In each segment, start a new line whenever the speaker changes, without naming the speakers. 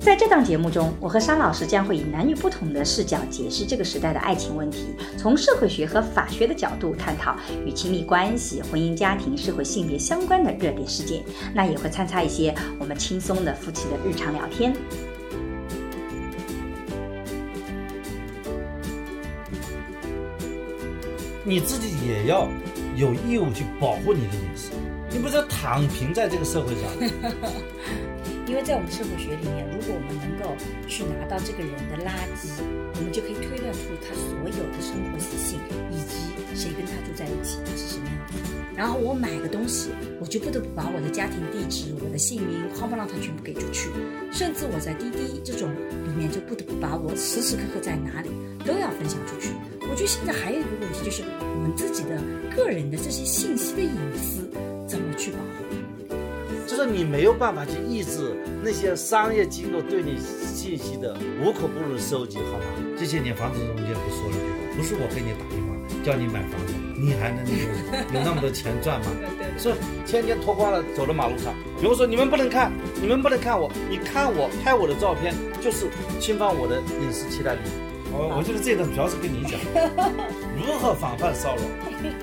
在这档节目中，我和沙老师将会以男女不同的视角解释这个时代的爱情问题，从社会学和法学的角度探讨与亲密关系、婚姻家庭、社会性别相关的热点事件。那也会参差一些我们轻松的夫妻的日常聊天。
你自己也要有义务去保护你的隐私，你不是躺平在这个社会上。
因为在我们社会学里面，如果我们能够去拿到这个人的垃圾，我们就可以推断出他所有的生活习性，以及谁跟他住在一起，他是什么样子。然后我买个东西，我就不得不把我的家庭地址、我的姓名、哐不让他全部给出去，甚至我在滴滴这种里面就不得不把我时时刻刻在哪里都要分享出去。我觉得现在还有一个问题就是我们自己的个人的这些信息的隐私怎么去保护？
就是你没有办法去抑制那些商业机构对你信息的无孔不入收集，好吗？这些年房子中介不说了句话，不是我给你打电话叫你买房子，你还能有有那么多钱赚吗？是吧天天脱光了走到马路上，比如说你们不能看，你们不能看我，你看我拍我的照片就是侵犯我的隐私期待力。哦啊我我觉得这段主要是跟 你讲如何防范骚扰，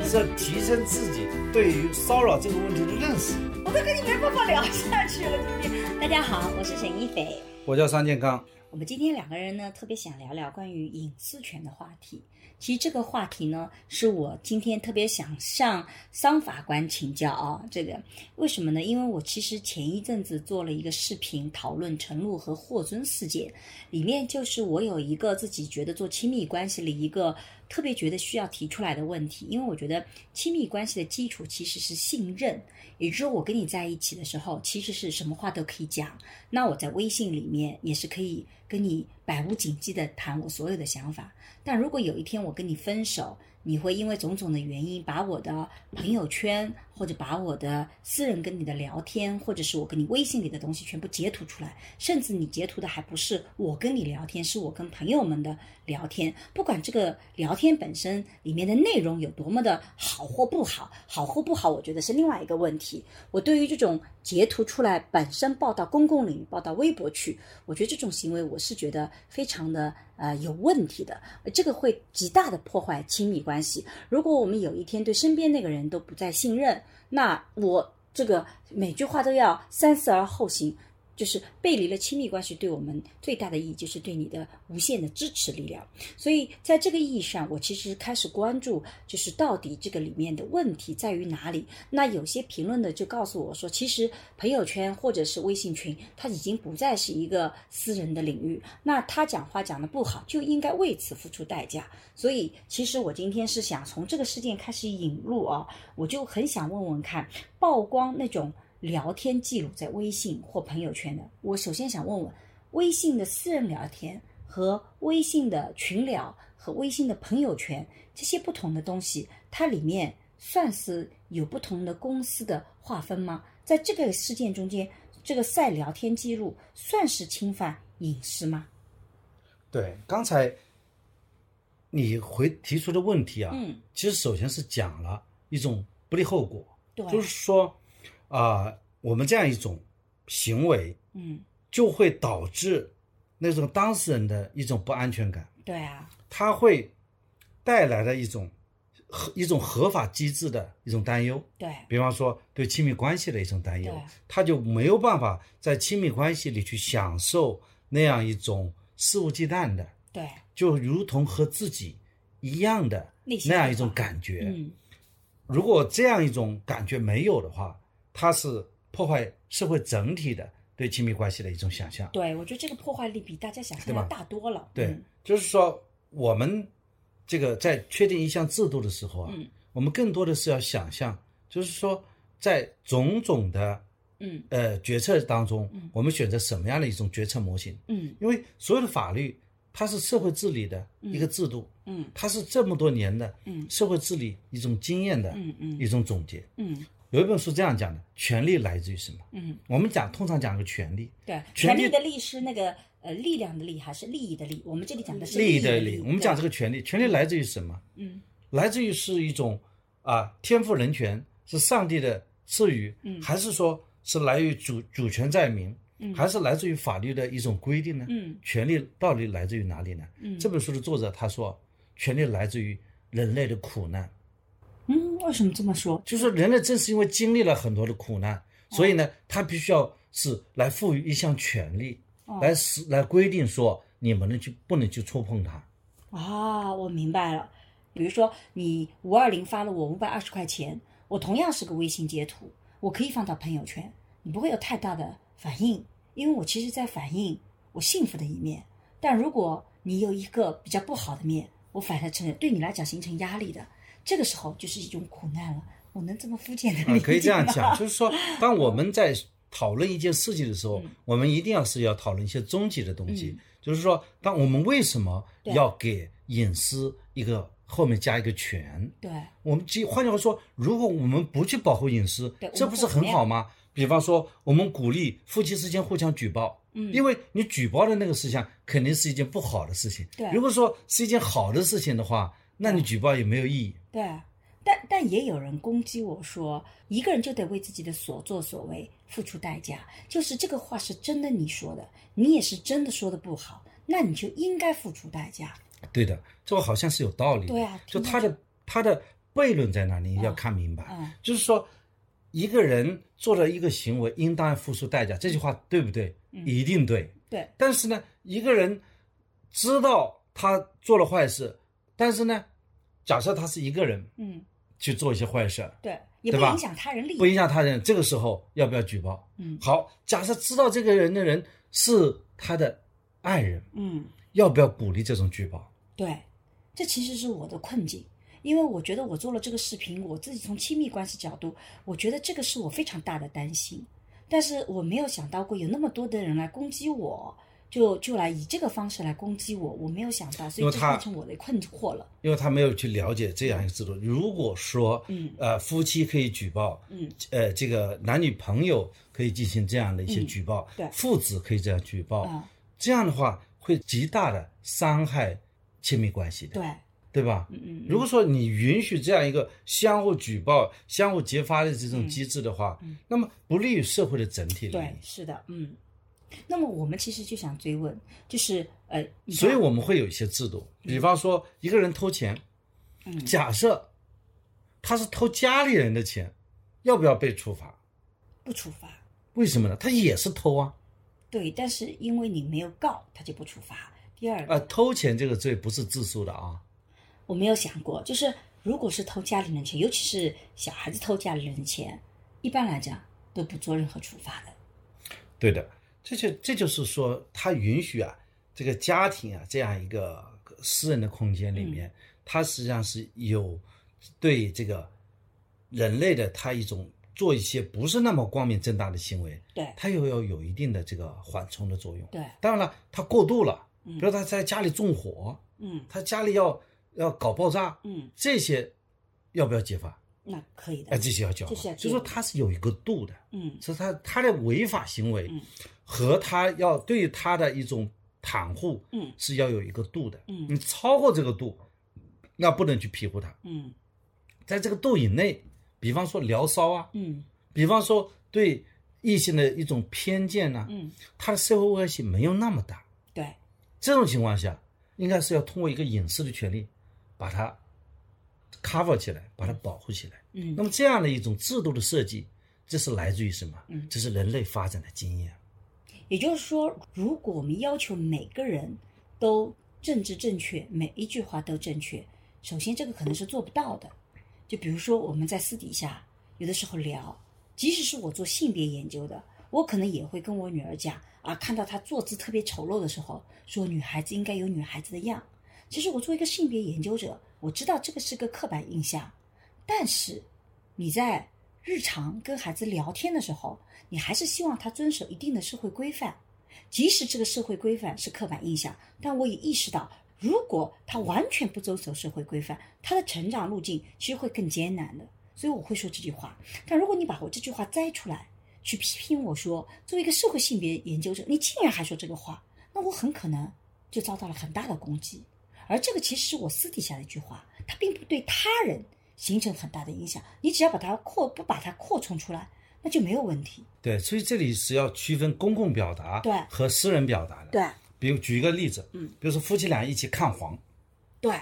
是要提升自己对于骚扰这个问题的认识。
我都跟你没办法聊下去了，今天。大家好，我是沈一斐。
我叫商建刚，
我们今天两个人呢，特别想聊聊关于隐私权的话题。其实这个话题呢，是我今天特别想向商法官请教啊。这个为什么呢？因为我其实前一阵子做了一个视频讨论陈露和霍尊事件，里面就是我有一个自己觉得做亲密关系里一个特别觉得需要提出来的问题，因为我觉得亲密关系的基础其实是信任，也就是我跟你在一起的时候，其实是什么话都可以讲。那我在微信里面也是可以跟你百无禁忌的谈我所有的想法，但如果有一天我跟你分手，你会因为种种的原因把我的朋友圈或者把我的私人跟你的聊天，或者是我跟你微信里的东西全部截图出来，甚至你截图的还不是我跟你聊天，是我跟朋友们的聊天。不管这个聊天本身里面的内容有多么的好或不好，好或不好，我觉得是另外一个问题。我对于这种截图出来本身报到公共领域、报到微博去，我觉得这种行为我是觉得非常的呃有问题的，呃这个会极大的破坏亲密关系。如果我们有一天对身边那个人都不再信任，那我这个每句话都要三思而后行。就是背离了亲密关系对我们最大的意义，就是对你的无限的支持力量。所以在这个意义上，我其实开始关注，就是到底这个里面的问题在于哪里。那有些评论的就告诉我说，其实朋友圈或者是微信群，它已经不再是一个私人的领域。那他讲话讲的不好，就应该为此付出代价。所以，其实我今天是想从这个事件开始引入啊，我就很想问问看，曝光那种。聊天记录在微信或朋友圈的，我首先想问问，微信的私人聊天和微信的群聊和微信的朋友圈这些不同的东西，它里面算是有不同的公司的划分吗？在这个事件中间，这个晒聊天记录算是侵犯隐私吗？
对，刚才你回提出的问题啊，
嗯，
其实首先是讲了一种不利后果，
对，
就是说啊、我们这样一种行为
嗯，
就会导致那种当事人的一种不安全感，
对啊，
它会带来的一种合一种合法机制的一种担忧，
对，
比方说对亲密关系的一种担忧
对，
他就没有办法在亲密关系里去享受那样一种肆无忌惮的，
对，啊
就如同和自己一样的
内心
那样一
解放
种感觉。
嗯，
如果这样一种感觉没有的话，它是破坏社会整体的对亲密关系的一种想象。
对，我觉得这个破坏力比大家想象
对吧
的大多了，
对，
嗯
就是说我们这个在确定一项制度的时候啊，
嗯
我们更多的是要想象，就是说在种种的
嗯
呃决策当中
嗯，
我们选择什么样的一种决策模型？
嗯
因为所有的法律它是社会治理的一个制度，
嗯
它是这么多年的
嗯
社会治理一种经验的
嗯
一
嗯
种总结。
嗯
有一本书这样讲的：权利来自于什么？
嗯，
我们讲通常讲个权利，
对，
权
权
利
力的力是那个呃力量的力还是利益的利？我们这里讲的是
利益
益的
的利。我们讲这个权利，权利来自于什么？
对嗯
来自于是一种啊天赋人权，是上帝的赐予，
嗯
还是说是来于主主权在民，
嗯
还是来自于法律的一种规定呢？
嗯
权利到底来自于哪里呢？
嗯，
这本书的作者他说，权利来自于人类的苦难，
嗯为什么这么说？
就是人类正是因为经历了很多的苦难，
哦
所以呢，他必须要是来赋予一项权利，
哦
来使来规定说你们呢就不能去触碰它。
啊，我明白了。比如说，你五二零发了我五百二十块钱，我同样是个微信截图，我可以放到朋友圈，你不会有太大的反应，因为我其实在反映我幸福的一面。但如果你有一个比较不好的面，我反而成对你来讲形成压力的，这个时候就是一种苦难了。我能这么肤 浅的理，解
啊
吗？
可以这样讲，就是说，当我们在讨论一件事情的时候
嗯，
我们一定要是要讨论一些终极的东西
嗯，
就是说，当我们为什么
对
要给隐私一个后面加一个权？
对，
我们即换句话说，如果我们不去保护隐私
对，
这
我们
不是
不
很
怎么
好
样
吗？比方说，我们鼓励夫妻之间互相举报，
嗯，
因
为
为你举报的那个事项肯定是一件不好的事情。
对
如果说是一件好的事情的话，那你举报也没有意义。
对，啊但但也有人攻击我说，一个人就得为自己的所作所为付出代价。就是这个话是真的，你说的，你也是真的说的不好，那你就应该付出代价。
对的，这个好像是有道理的。
对啊
嗯就
听
他
上
的他的悖论在哪里，你要
嗯
看明白。
嗯，
就是说，一个人做了一个行为，应当付出代价，这句话对不对？
嗯
一定对。
对，
但是呢，一个人知道他做了坏事，但是呢，假设他是一个人
嗯，
去做一些坏事，
对，也
对
不
吧
影响他人利益。
不影响他人，这个时候要不要举报？
嗯
好，假设知道这个人的人是他的爱人，
嗯，
要不要鼓励这种举报？
对，这其实是我的困境，因为我觉得我做了这个视频，我自己从亲密关系角度，我觉得这个是我非常大的担心，但是我没有想到过有那么多的人来攻击我。就就来以这个方式来攻击我，我没有想到，所
因为
以这
他
变成我的困惑了。
因为他没有去了解这样一个制度。如果说，
嗯
呃，夫妻可以举报，
嗯
呃，这个男女朋友可以进行这样的一些
嗯
举报，
对
父子可以这样举报，
啊、
这样的话会极大的伤害亲密关系的，
对，
对吧？
嗯嗯，
如果说你允许这样一个相互举报、相互揭发的这种
嗯
机制的话，
嗯
那么不利于社会的整体利
对，
益。
是的，嗯。那么我们其实就想追问，就是呃，你
所以
看
我们会有一些制度，比方说一个人偷钱，
嗯
假设他是偷家里人的钱，要不要被处罚？
不处罚，
为什么呢？他也是偷啊，
对，但是因为你没有告，他就不处罚。第二个，
呃，偷钱这个罪不是自诉的啊，
我没有想过，就是如果是偷家里人钱，尤其是小孩子偷家里人钱，一般来讲都不做任何处罚的。
对的，这就这就是说，他允许啊，这个家庭啊这样一个私人的空间里
嗯
面，它实际上是有对这个人类的他一种做一些不是那么光明正大的行为，
对
它又要有一定的这个缓冲的作用。
对，
当然了，他过度了，比
嗯
如他在家里纵火，
嗯
他家里要要搞爆炸，
嗯，
这些要不要揭发？
那可以的
哎，。这些要揭发，
这是要
就
揭
说
发
它是有一个度的。
嗯
是他他的违法行为
嗯
和他要对他的一种袒护
嗯
是要有一个度的。
嗯
你超过这个度，那不能去庇护他。
嗯
在这个度以内，比方说聊骚啊，
嗯
比方说对异性的一种偏见呐、啊
嗯，
他的社会危害性没有那么大。
对，
这种情况下，应该是要通过一个隐私的权利，把它 cover 起来，把它保护起来。
嗯
那么这样的一种制度的设计，这是来自于什么
嗯？
这是人类发展的经验。啊
也就是说，如果我们要求每个人都政治正确，每一句话都正确，首先这个可能是做不到的。就比如说我们在私底下有的时候聊，即使是我做性别研究的，我可能也会跟我女儿讲啊，看到她坐姿特别丑陋的时候，说女孩子应该有女孩子的样。其实我作为一个性别研究者，我知道这个是个刻板印象，但是你在日常跟孩子聊天的时候，你还是希望他遵守一定的社会规范，即使这个社会规范是刻板印象，但我也意识到，如果他完全不遵守社会规范，他的成长路径其实会更艰难的。所以我会说这句话。但如果你把我这句话摘出来，去批评我说，作为一个社会性别研究者，你竟然还说这个话，那我很可能就遭到了很大的攻击。而这个其实是我私底下的一句话，它并不对他人形成很大的影响。你只要把它扩不把它扩充出来，那就没有问题。
对，所以这里是要区分公共表达
对
和私人表达的。，
对
比如举一个例子，
嗯，
比如说夫妻俩一起看黄，
对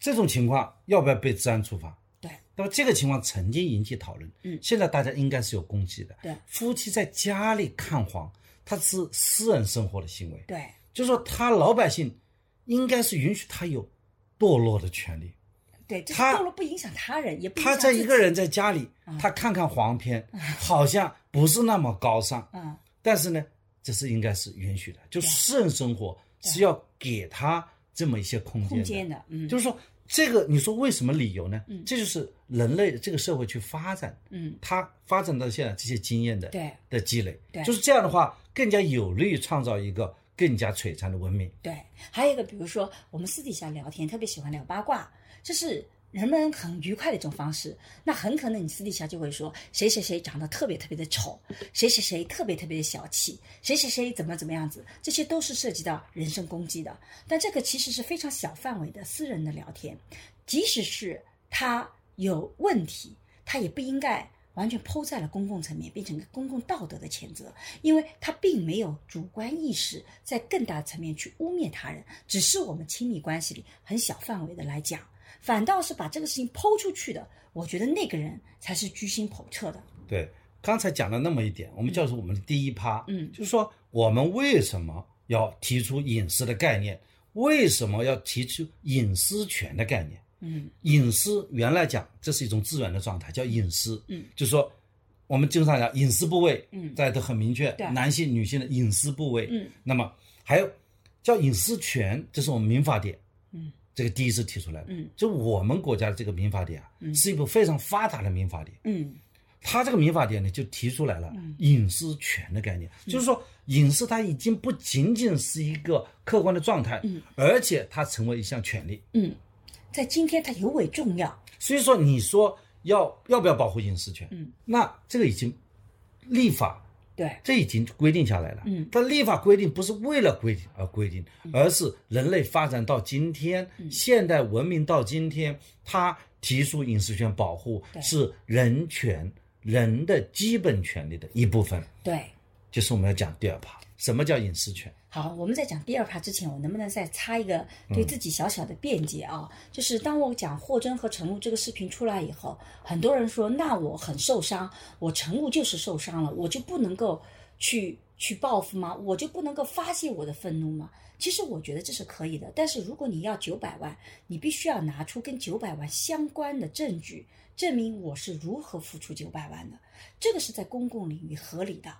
这种情况要不要被治安处罚？
对，
那么这个情况曾经引起讨论，
嗯
现在大家应该是有共识的。
对
夫妻在家里看黄，它是私人生活的行为，
对
就说他老百姓应该是允许他有堕落的权利。
对，这
他
道路不影响他人，也不影
他
响
在
自
一个
己啊
人在家里，他看看黄片，好像不是那么高尚，
嗯，
但是呢，这是应该是允许的，就
对
私人生活是要给他这么一些空间
空
的。
间的，嗯，
就是说，这个你说为什么理由呢？
嗯
这就是人类这个社会去发展，
嗯，
它发展到现在这些经验的
对
的积累
对，
就是这样的话，更加有利于创造一个更加璀璨的文明。
对，还有一个，比如说我们私底下聊天，特别喜欢聊八卦，这是人们很愉快的一种方式。那很可能你私底下就会说，谁谁谁长得特别特别的丑，谁谁谁特别特别的小气，谁谁谁怎么怎么样子，这些都是涉及到人身攻击的。但这个其实是非常小范围的私人的聊天，即使是他有问题，他也不应该完全抛在了公共层面，变成一个公共道德的谴责，因为他并没有主观意识在更大层面去污蔑他人，只是我们亲密关系里很小范围的来讲，反倒是把这个事情抛出去的，我觉得那个人才是居心叵测的。
对，刚才讲了那么一点，我们叫做我们的第一趴，
嗯
就是说我们为什么要提出隐私的概念？为什么要提出隐私权的概念？
嗯
隐私原来讲这是一种自然的状态，叫隐私，
嗯，
就是说我们经常讲隐私部位，
嗯
大家都很明确
对，
男性、女性的隐私部位，
嗯，
那么还有叫隐私权，这是我们民法典，
嗯，
这个第一次提出来的，
嗯
就我们国家的这个民法典啊，
嗯
是一部非常发达的民法典。
嗯
他这个民法典呢，就提出来了
嗯
隐私权的概念，就是说隐私它已经不仅仅是一个客观的状态，
嗯
而且它成为一项权利。
嗯，在今天它尤为重要。
所以说，你说要要不要保护隐私权？
嗯，
那这个已经立法，
对
这已经规定下来了。
嗯
但立法规定不是为了规定而规定，而是人类发展到今天，
嗯
现代文明到今天，它提出隐私权保护
对
是人权人的基本权利的一部分。
对。
就是我们要讲第二趴，什么叫隐私权？
好，我们在讲第二趴之前，我能不能再插一个对自己小小的辩解啊？就是当我讲霍真和陈露这个视频出来以后，很多人说，那我很受伤，我陈露就是受伤了，我就不能够去去报复吗？我就不能够发泄我的愤怒吗？其实我觉得这是可以的，但是如果你要九百万，你必须要拿出跟九百万相关的证据，证明我是如何付出九百万的，这个是在公共领域合理的。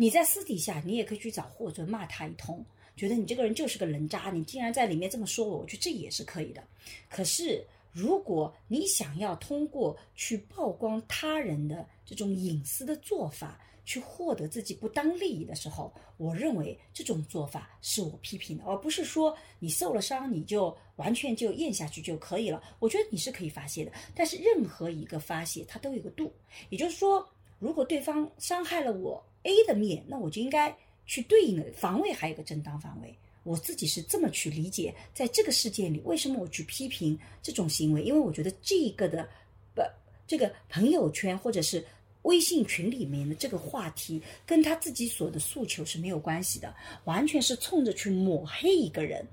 你在私底下，你也可以去找霍尊骂他一通，觉得你这个人就是个人渣，你竟然在里面这么说我，我觉得这也是可以的。可是，如果你想要通过去曝光他人的这种隐私的做法，去获得自己不当利益的时候，我认为这种做法是我批评的，而不是说你受了伤你就完全就咽下去就可以了。我觉得你是可以发泄的，但是任何一个发泄它都有个度，也就是说，如果对方伤害了我 A 的面，那我就应该去对应的防卫，还有一个正当防卫。我自己是这么去理解，在这个事件里，为什么我去批评这种行为？因为我觉得这个的，不，这个朋友圈或者是微信群里面的这个话题，跟他自己所的诉求是没有关系的，完全是冲着去抹黑一个人，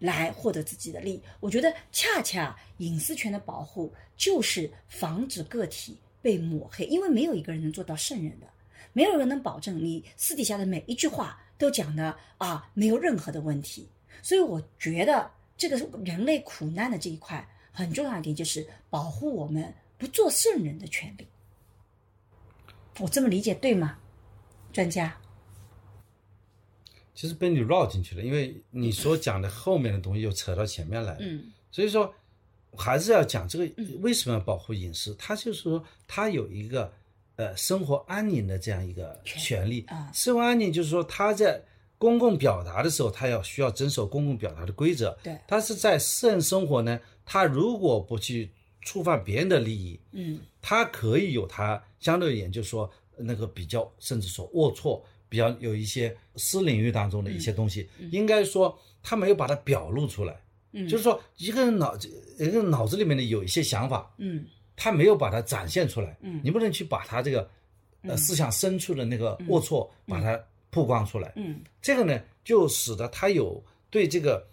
来获得自己的利益。我觉得恰恰隐私权的保护就是防止个体被抹黑，因为没有一个人能做到圣人的，没有人能保证你私底下的每一句话都讲的啊没有任何的问题。所以我觉得这个人类苦难的这一块很重要的一点就是保护我们不做圣人的权利。我这么理解对吗，专家？
其实被你绕进去了，因为你所讲的后面的东西又扯到前面来了。
嗯
所以说还是要讲这个
嗯
为什么要保护隐私，它就是说它有一个呃生活安宁的这样一个权利
啊
生活安宁就是说他在公共表达的时候，他要需要遵守公共表达的规则。
对
但是在私人生活呢，他如果不去触犯别人的利益，
嗯，
他可以有他相对而言，就是说那个比较，甚至说龌龊，比较有一些私领域当中的一些东西，
嗯嗯
应该说他没有把它表露出来。
嗯，
就是说，一个人脑子，一个人脑子里面的有一些想法，
嗯
他没有把它展现出来，
嗯
你不能去把他这个呃
嗯
思想深处的那个龌龊把它曝光出来。
嗯
这个呢，就使得他有对这个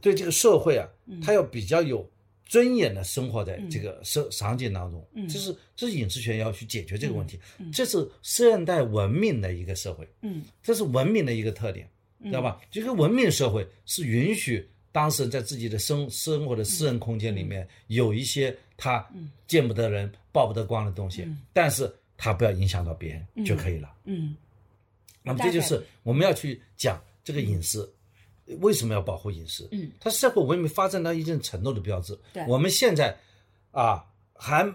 对这个社会啊，
嗯
他要比较有尊严的生活在这个社场景当中。
嗯
这是这是隐私权要去解决这个问题，
嗯嗯
这是现代文明的一个社会，
嗯，
这是文明的一个特点，知道吧？这个文明社会是允许。当事人在自己的生生活的私人空间里面有一些他
嗯
见不得人、曝不得光的东西
嗯，
但是他不要影响到别人
嗯
就可以了。
嗯
那么
大
这就
概
是我们要去讲这个隐私，为什么要保护隐私？
嗯，
它是社会文明发展到一定程度的标志。
对
我们现在啊还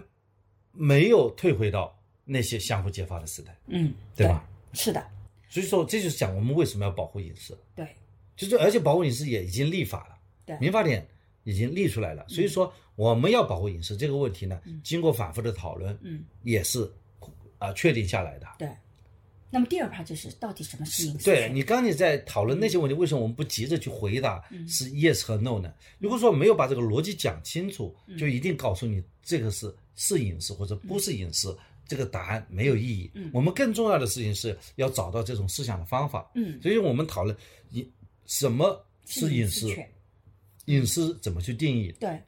没有退回到那些相互揭发的时代，
嗯，
对吧？？
是的，
所以说，这就是讲我们为什么要保护隐私，
对，
就是而且保护隐私也已经立法了，
对
民法典已经立出来了。所以说，我们要保护隐私这个问题呢
嗯，
经过反复的讨论，
嗯
也是啊、确定下来的。
对。那么第二趴就是到底什么是隐私
对
权？
你刚才在讨论那些问题，为什么我们不急着去回答
嗯
是 yes 和 no 呢？如果说没有把这个逻辑讲清楚，
嗯
就一定告诉你这个是是隐私或者不是隐私，这个答案没有意义
嗯。
我们更重要的事情是要找到这种思想的方法。
嗯，
所以我们讨论隐什么是隐私，
权
隐私怎么去定义？
对，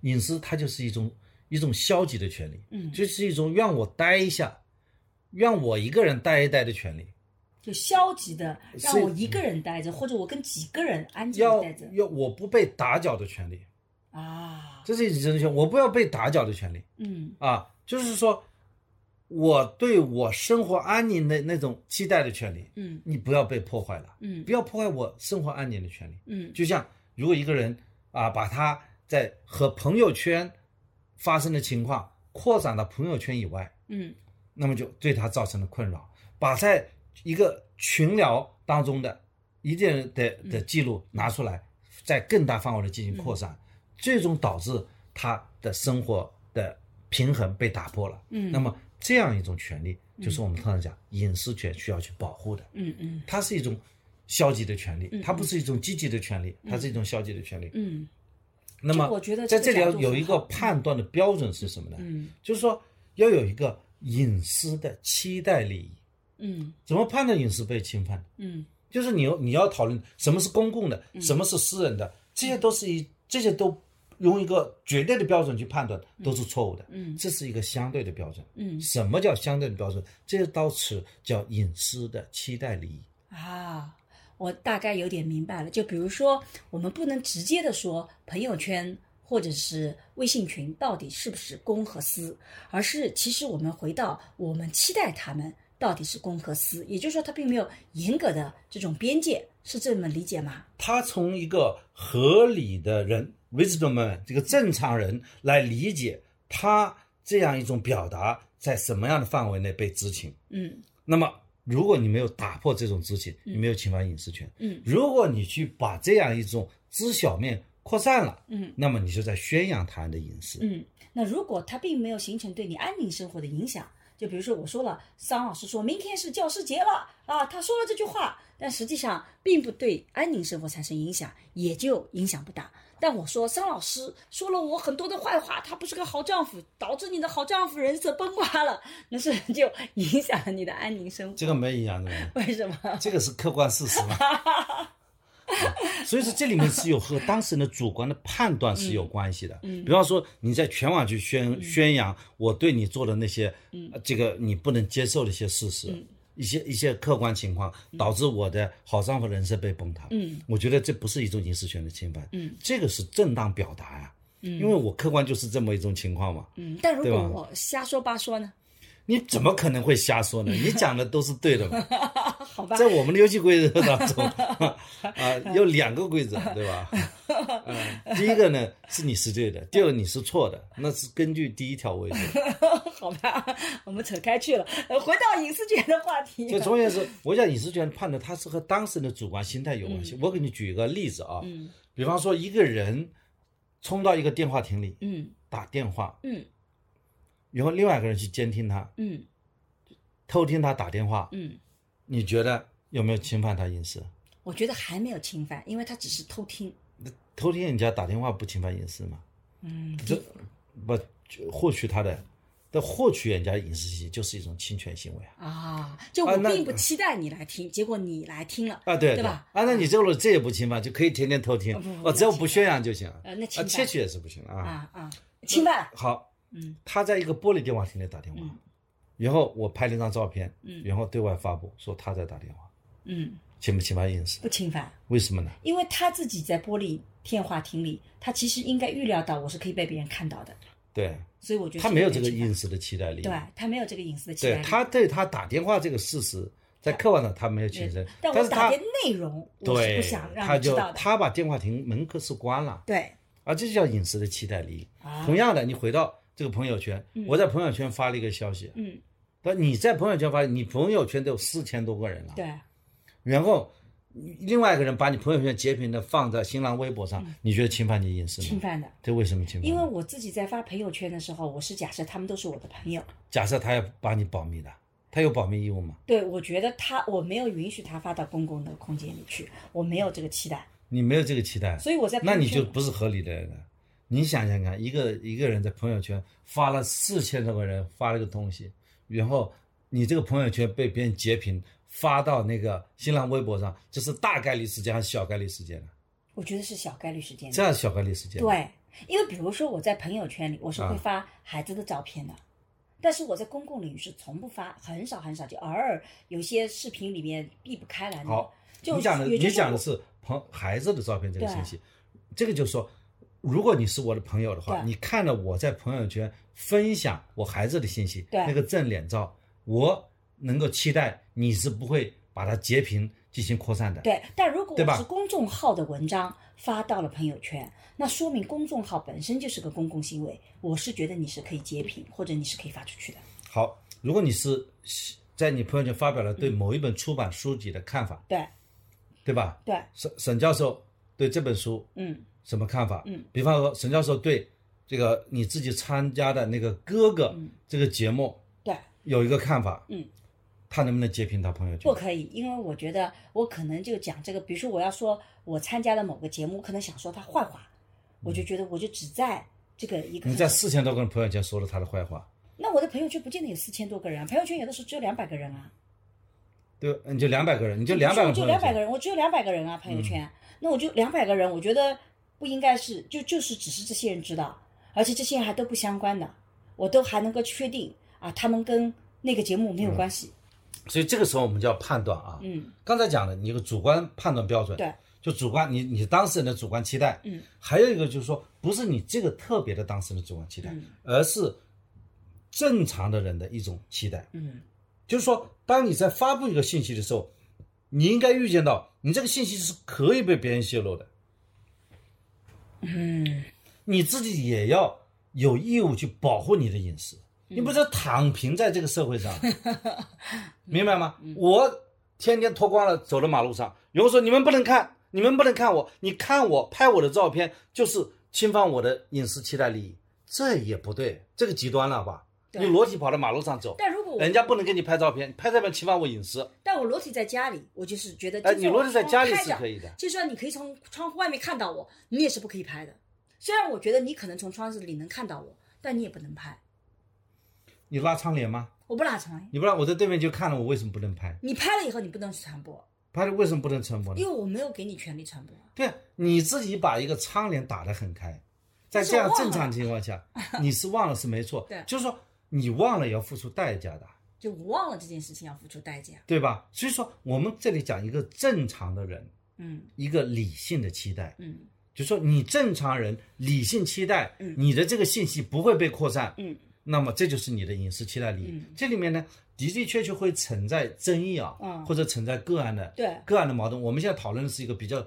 隐私它就是一种一种消极的权利，
嗯，就
就是一种让我待一下，让我一个人待一待的权利。
就消极的，让
所以
我一个人待着，或者我跟几个人安静的
要
待着
要我不被打搅的权利，
啊，
这是一种权，我不要被打搅的权利
嗯
啊，就是说我对我生活安宁的那种期待的权利，
嗯
你不要被破坏了，
嗯
不要破坏我生活安宁的权利。
嗯
就像如果一个人啊，把他在和朋友圈发生的情况扩展到朋友圈以外，
嗯
那么就对他造成了困扰，把在一个群聊当中的一定的的记录拿出来，在更大范围的进行扩散，最终导致他的生活的平衡被打破了。
嗯
那么这样一种权利，就是我们通常讲隐私权需要去保护的，
嗯嗯
它是一种消极的权利
嗯，
它不是一种积极的权利，它是一种消极的权利。
嗯
那
这
么
我觉得
在
这
这
个
里要
角度
有
很
一个
好
判断的标准是什么呢？
嗯
就是说要有一个隐私的期待利益。
嗯
怎么判断隐私被侵犯？
嗯
就是你有你要讨论什么是公共的，什么是私人的，这些都是一这些都用一个绝对的标准去判断，都是错误的。
嗯
这是一个相对的标准。
嗯
什么叫相对的标准？这到此叫隐私的期待利益。
啊，我大概有点明白了。就比如说，我们不能直接的说朋友圈或者是微信群到底是不是公和私，而是其实我们回到我们期待他们到底是公和私，也就是说，它并没有严格的这种边界，是这么理解吗？
他从一个合理的人 （wisdom man） 这个正常人来理解他这样一种表达在什么样的范围内被知情。
嗯
那么，如果你没有打破这种知情，你没有侵犯隐私权。
嗯
如果你去把这样一种知晓面扩散了，
嗯
那么你就在宣扬他人的隐私。
嗯，那如果它并没有形成对你安宁生活的影响，就比如说我说了，桑老师说明天是教师节了啊，他说了这句话，但实际上并不对安宁生活产生影响，也就影响不大。但我说桑老师说了我很多的坏话，他不是个好丈夫，导致你的好丈夫人设崩塌了，那是就 影响了你的安宁生活。
这个没影响的人，
为什么？
这个是客观事实嘛。啊所以说，这里面是有和当事人的主观的判断是有关系的。
嗯
比方说你在全网去宣、宣扬我对你做的那些，
嗯
呃这个你不能接受的一些事实，一些一些客观情况，导致我的好丈夫人设被崩塌。
嗯
我觉得这不是一种隐私权的侵犯，
嗯，
这个是正当表达呀、嗯，因为我客观就是这么一种情况嘛，
嗯，但如
对
果
吧
我瞎说八说呢？
你怎么可能会瞎说呢？你讲的都是对的嘛，
啊，好吧
在，我们的游戏规则当 中啊、有两个规则，对吧？ 嗯，第一个呢是你是对的，第二个你是错的，那是根据第一条规则。
好吧，我们扯开去了，呃回到隐私权的话题。
所以中间是，我讲隐私权判的，它是和当事人的主观心态有关系。我给你举一个例子啊，
嗯
比方说一个人冲到一个电话亭里
嗯
打电话，
嗯
然后另外一个人去监听他，
嗯
偷听他打电话，
嗯，
你觉得有没有侵犯他隐私？
我觉得还没有侵犯，因为他只是偷听。
偷听人家打电话不侵犯隐私吗？
嗯，
这不获取他的，但获取人家隐私信息就是一种侵权行为啊！
啊，就
啊
我
那
并不期待你来听，结果你来听了，
啊，对
对吧？嗯
啊，那你这个这也不侵犯，就可以天天偷听
啊不不，不
哦，只要不宣扬就行啊
呃那侵
啊，
犯
窃取也是不行啊。
啊啊，侵犯了，
好，
嗯，
他在一个玻璃电话亭里打电话，
嗯
然后我拍了一张照片，
嗯
然后对外发布说他在打电话，
嗯，
侵不侵犯隐私？
不侵犯，
为什么呢？
因为他自己在玻璃电话亭里，他其实应该预料到我是可以被别人看到的，
对
所以我觉得
他没有这个
没侵
隐私的期待力，
犯，对他没有这个隐私的期
对
待，
他对他打电话这个事实，在客观上他没有亲身，
但
但
我
是
打
他
的内容我是
对
不想，让
他
你知
就
道的，
他把电话亭门可是关了，
对，
啊，这就叫隐私的期待力。
啊
同样的，你回到这个朋友圈，我在朋友圈发了一个消息，
嗯，
但你在朋友圈发，你朋友圈都有四千多个人了，
对，
然后另外一个人把你朋友圈截屏的放在新浪微博上，你觉得侵犯你隐私
嗯侵
吗？
犯的。
这为什么侵犯？
因为我自己在发朋友圈的时候，我是假设他们都是我的朋友，
假设他要把你保密的，他有保密义务吗？
对我觉得他我没有允许他发到公共的空间里去，我没有这个期待，
你没有这个期待，
所以我在朋
那
友
你
圈
就不是合理的人了。你想想看，一个一个人在朋友圈发了四千多个人发了个东西，然后你这个朋友圈被别人截屏发到那个新浪微博上，这是大概率事件还是小概率事件呢？
我觉得是小概率事件，
这样小概率事件，，
对，因为比如说我在朋友圈里，我是会
啊
发孩子的照片的，但是我在公共领域是从不发，很少很少，就偶尔有些视频里面避不开来的。
好，
就
你讲的
也就
你讲的
我
是朋孩子的照片这个
对
信息，这个就是说，如果你是我的朋友的话，
对
你看了我在朋友圈分享我孩子的信息，
对
那个正脸照，我能够期待你是不会把它截屏进行扩散的。
对，但如果
对
我
吧
是公众号的文章发到了朋友圈，那说明公众号本身就是个公共行为，我是觉得你是可以截屏或者你是可以发出去的。
好，如果你是在你朋友圈发表了对某一本出版书籍的看法，
对
对吧？
对，
沈沈教授对这本书
嗯
什么看法？
嗯，
比方说沈教授对这个你自己参加的那个哥哥
嗯
这个节目
对，
有一个看法，
嗯，
他能不能截屏他朋友圈？
不可以，因为我觉得我可能就讲这个，比如说我要说我参加了某个节目，我可能想说他坏话，我就觉得我就只在这个一个，
嗯你在四千多个人朋友圈说了他的坏话，
那我的朋友圈不见得有四千多个人啊，朋友圈有的时候只有两百个人啊，
对吧，你就两百个人，你就两百个
我
朋
就
友
两百个
圈，嗯
人，我只有两百个人啊，朋友圈，那我就两百个人，我觉得不应该是就就是只是这些人知道，而且这些人还都不相关的，我都还能够确定啊，他们跟那个节目没有关系，
所以这个时候我们就要判断啊。
嗯，
刚才讲的，你有个主观判断标准，啊
对，
就主观，你你当事人的主观期待，
嗯，
还有一个就是说，不是你这个特别的当事人的主观期待，
嗯
而是正常的人的一种期待，
嗯
就是说，当你在发布一个信息的时候，你应该预见到，你这个信息是可以被别人泄露的，
嗯，
你自己也要有义务去保护你的隐私，
嗯
你不是躺平在这个社会 上，明白
嗯
吗？我天天脱光了走到马路上，有人说你们不能看，你们不能看我，你看我拍我的照片就是侵犯我的隐私期待利益，这也不对，这个极端了吧？
对
你裸体跑到马路上走，
但如果我
人家不能给你拍照片，拍照片侵犯我隐私。
但我裸体在家里，我就是觉得，
哎
就算
你
我
裸体在
窗户
家里
开
是
着
可以的
就算你可以从窗户外面看到我，你也是不可以拍的。虽然我觉得你可能从窗子里能看到我，但你也不能拍。
你拉窗帘吗？
我不拉长，
你不然我在对面就看了，我为什么不能拍？
你拍了以后你不能去传播，
拍了为什么不能传播呢
因？为我没有给你权利传播。
对啊，你自己把一个窗帘打得很开，在
是
这样
我忘
正常
了
情况下，你是忘了是没错，
对
就是说你忘了也要付出代价的，
就我忘了这件事情要付出代价。
对吧？所以说我们这里讲一个正常的人，
嗯
一个理性的期待，
嗯
就说你正常人理性期待，
嗯
你的这个信息不会被扩散，
嗯
那么这就是你的隐私期待利益。
嗯
这里面呢，的的确确会存在争议啊，
嗯
或者存在个案的
对
个案的矛盾。我们现在讨论的是一个比较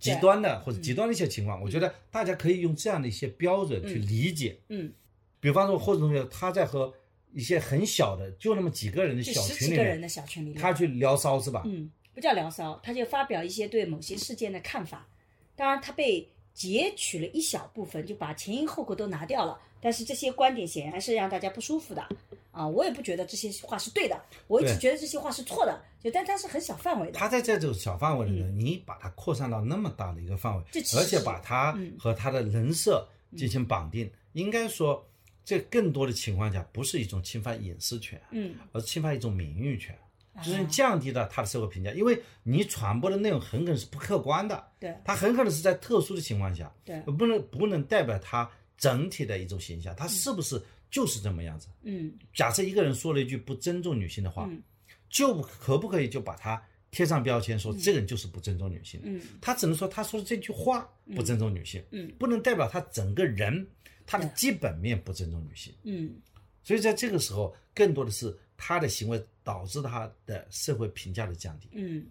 极端的
嗯
或者极端的一些情况，我觉得大家可以用这样的一些标准去理解。
嗯
比方说，霍子同学他在和一些很小的，就那么几个人的
就
嗯小
十
群
几
里
个人的
面，
小群里面，
他去聊骚是吧？
嗯，不叫聊骚，他就发表一些对某些事件的看法。当然，他被截取了一小部分，就把前因后果都拿掉了。但是这些观点显然是让大家不舒服的啊！我也不觉得这些话是对的，我一直
对
觉得这些话是错的。就但它是很小范围的，
他在这种小范围里面，你把它扩散到那么大的一个范围
嗯这其，实
而且把它
嗯
和他的人设进行绑定，应该说，这更多的情况下不是一种侵犯隐私权，
嗯，
而是侵犯一种名誉权，就是
啊
降低了他的社会评价，因为你传播的内容很可能是不客观的，
对
它很可能是在特殊的情况下，
对，
不能不能代表他整体的一种形象，他是不是就是这么样子？
嗯
假设一个人说了一句不尊重女性的话，
嗯
就可不可以就把他贴上标签说，这个人就是不尊重女性的？
嗯
他只能说他说的这句话不尊重女性，
嗯
不能代表他整个人他的
对
基本面不尊重女性。
嗯，
所以在这个时候，更多的是他的行为导致他的社会评价的降低。
嗯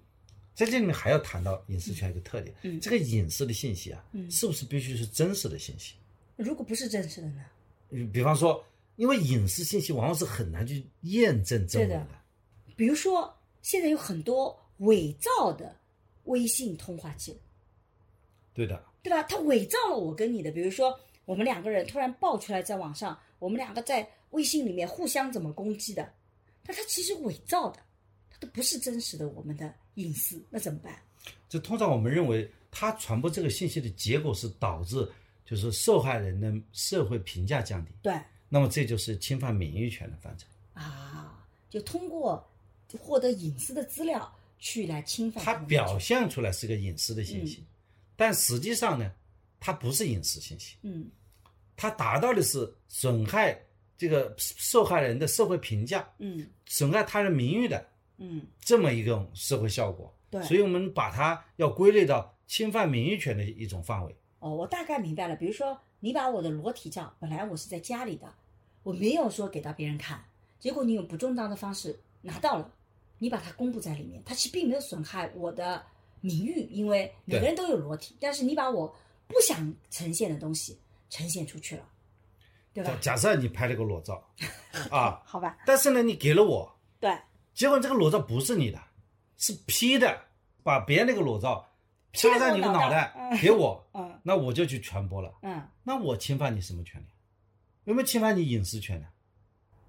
在这里面还要谈到隐私权一个特点，
嗯
这个隐私的信息啊，
嗯
是不是必须是真实的信息？
如果不是真实的呢？
比方说，因为隐私信息往往是很难去验证真伪
对的比如说，现在有很多伪造的微信通话记录。
对的，
对吧？他伪造了我跟你的，比如说我们两个人突然爆出来，在网上我们两个在微信里面互相怎么攻击的，但他其实伪造的，他都不是真实的我们的隐私，那怎么办？
就通常我们认为，它传播这个信息的结果是导致就是受害人的社会评价降低，
对
那么这就是侵犯名誉权的范畴。
啊，就通过获得隐私的资料去来侵犯
它
们的
表
权
现出来是个隐私的信
嗯
息，但实际上呢，它不是隐私信息，
嗯
它达到的是损害这个受害人的社会评价，
嗯
损害他人名誉的
嗯
这么一种社会效果。
对
所以我们把它要归类到侵犯名誉权的一种范围。
哦，我大概明白了。比如说，你把我的裸体照，本来我是在家里的，我没有说给到别人看，结果你用不正当的方式拿到了，你把它公布在里面，它其实并没有损害我的名誉，因为每个
对
人都有裸体，但是你把我不想呈现的东西呈现出去了，对
假
吧？
假设你拍了个裸照，啊，
好吧，
但是呢，你给了我，
对，
结果这个裸照不是你的，是 P 的，把别人那个裸照
在
插在
我
你的
脑
脑
袋
袋
嗯
给我，
嗯
那我就去传播了。
嗯，
那我侵犯你什么权利？有没有侵犯你隐私权呢？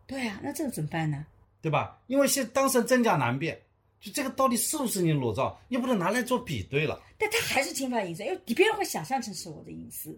对啊，那这个怎么办呢？
对吧？因为现当事人真假难辨，就这个到底是不是你的裸照，又不能拿来做比对了。
但他还是侵犯隐私，因为别人会想象成是我的隐私，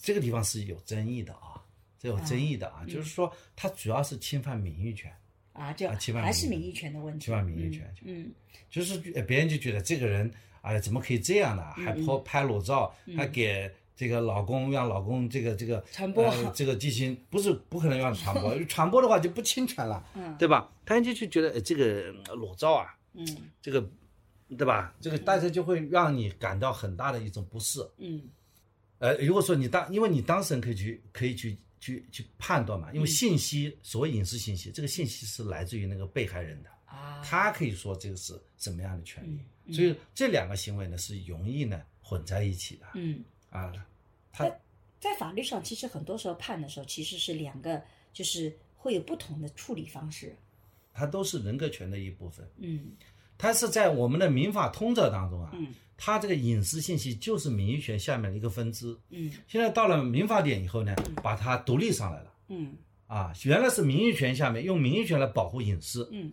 这个地方是有争议的啊，这有争议的啊，
嗯
就是说它主要是侵犯名誉权，
啊，这
啊侵犯
还是
名
名
誉
誉权的问题，
侵犯名誉权
嗯，嗯
就是呃别人就觉得这个人，哎，怎么可以这样呢？还
嗯
拍拍裸照，还给这个老公让老公这个这个
传播
呃这个进行不是不可能让传 播，传播的话就不侵权了，
嗯
对吧？大家就去觉得、呃这个呃裸照啊，
嗯
这个对吧？这个大家就会让你感到很大的一种不适。
嗯
呃，如果说你当，因为你当事人可以去可以去去去判断嘛，
嗯
因为信息所谓隐私信息，这个信息是来自于那个被害人的。
啊，
他可以说这个是什么样的权利
嗯。嗯
所以这两个行为呢是容易呢混在一起的、
嗯，
啊。他
在法律上，其实很多时候判的时候，其实是两个，就是会有不同的处理方式。
他都是人格权的一部分，
嗯
他是在我们的民法通则当中啊，
嗯
他这个隐私信息就是名誉权下面的一个分支。
嗯
现在到了民法典以后呢，把它独立上来了
嗯
啊，原来是名誉权下面用名誉权来保护隐私，
嗯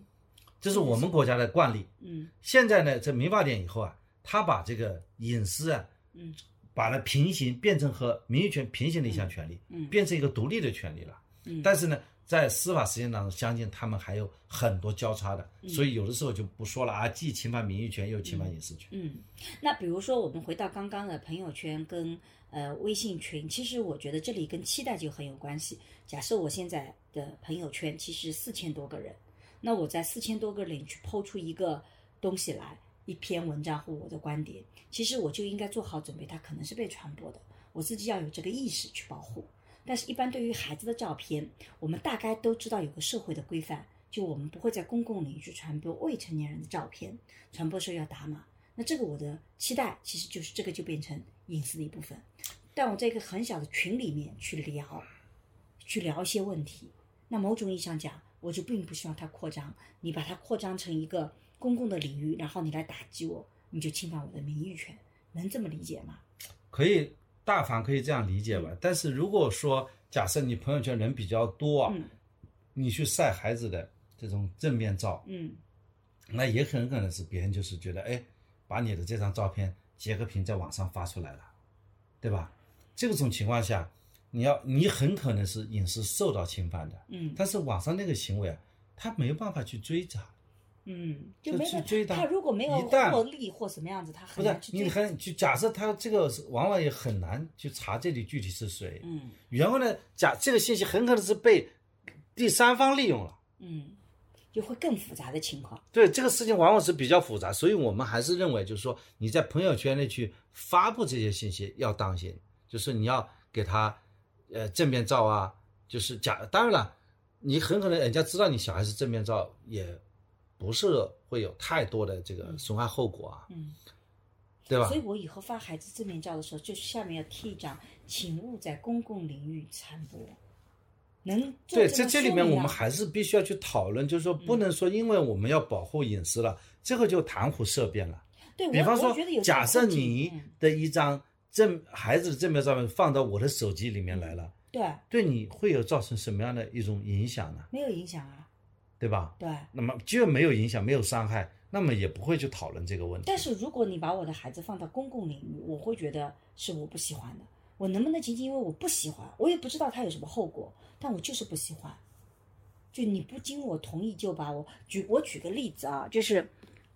这是我们国家的惯例。
嗯
现在呢，这民法典以后啊，他把这个隐私啊，
嗯，
把它平行变成和名誉权平行的一项权利，
嗯
变成一个独立的权利了。
嗯
但是呢，在司法实践当中，相信他们还有很多交叉的，所以有的时候就不说了啊，既侵犯名誉权，又侵犯隐私权。
嗯嗯。那比如说，我们回到刚刚的朋友圈跟呃微信群，其实我觉得这里跟期待就很有关系。假设我现在的朋友圈其实四千多个人，那我在四千多个人去抛出一个东西来，一篇文章或我的观点，其实我就应该做好准备，它可能是被传播的，我自己要有这个意识去保护。但是，一般对于孩子的照片，我们大概都知道有个社会的规范，就我们不会在公共领域去传播未成年人的照片，传播时候要打码。那这个我的期待其实就是这个就变成隐私的一部分，但我在一个很小的群里面去聊，去聊一些问题，那某种意义上讲，我就并不希望它扩张。你把它扩张成一个公共的领域，然后你来打击我，你就侵犯我的名誉权，能这么理解吗？
可以大方可以这样理解吧。
嗯
但是如果说假设你朋友圈人比较多啊，
嗯
你去晒孩子的这种正面照，
嗯，
那也很可能是别人就是觉得，哎，把你的这张照片截个屏在网上发出来了，对吧？这种情况下，你要你很可能是隐私受到侵犯的，
嗯
但是网上那个行为啊，他没有办法去追查，
嗯，就
就
没
去
有
追
他
打
如果没有
一旦
获利或什么样子，他
不
很
是
难去
你
追
很就假设他这个是往往也很难去查这里具体是谁，
嗯
然后呢，假这个信息很可能是被第三方利用了。
嗯，就会更复杂的情况。
对这个事情往往是比较复杂，所以我们还是认为，就是说你在朋友圈内去发布这些信息要当心，就是你要给他，呃，正面照啊，就是假，当然了，你很可能人家知道你小孩是正面照，也不是会有太多的这个损害后果啊，
嗯，
对吧
所以？我以后发孩子正面照的时候，就下面要贴一张“请勿在公共领域传播”，能做
对，
这
在
个
这里
说
面
明
我
啊嗯
们还是必须要去讨论，就是说不能说因为我们要保护隐私了，这个就谈虎色变了。
对，
比
我
方
我
说
觉得有，这个
假设
问题
你
嗯
的一张正孩子的正面照片放到我的手机里面来了，
对
对你会有造成什么样的一种影响呢？
没有影响啊，
对吧？
对。
那么既然没有影响，没有伤害，那么也不会去讨论这个问题。
但是如果你把我的孩子放到公共领域，我会觉得是我不喜欢的。我能不能仅仅因为我不喜欢，我也不知道他有什么后果，但我就是不喜欢。就你不经我同意就把我举我举个例子啊，就是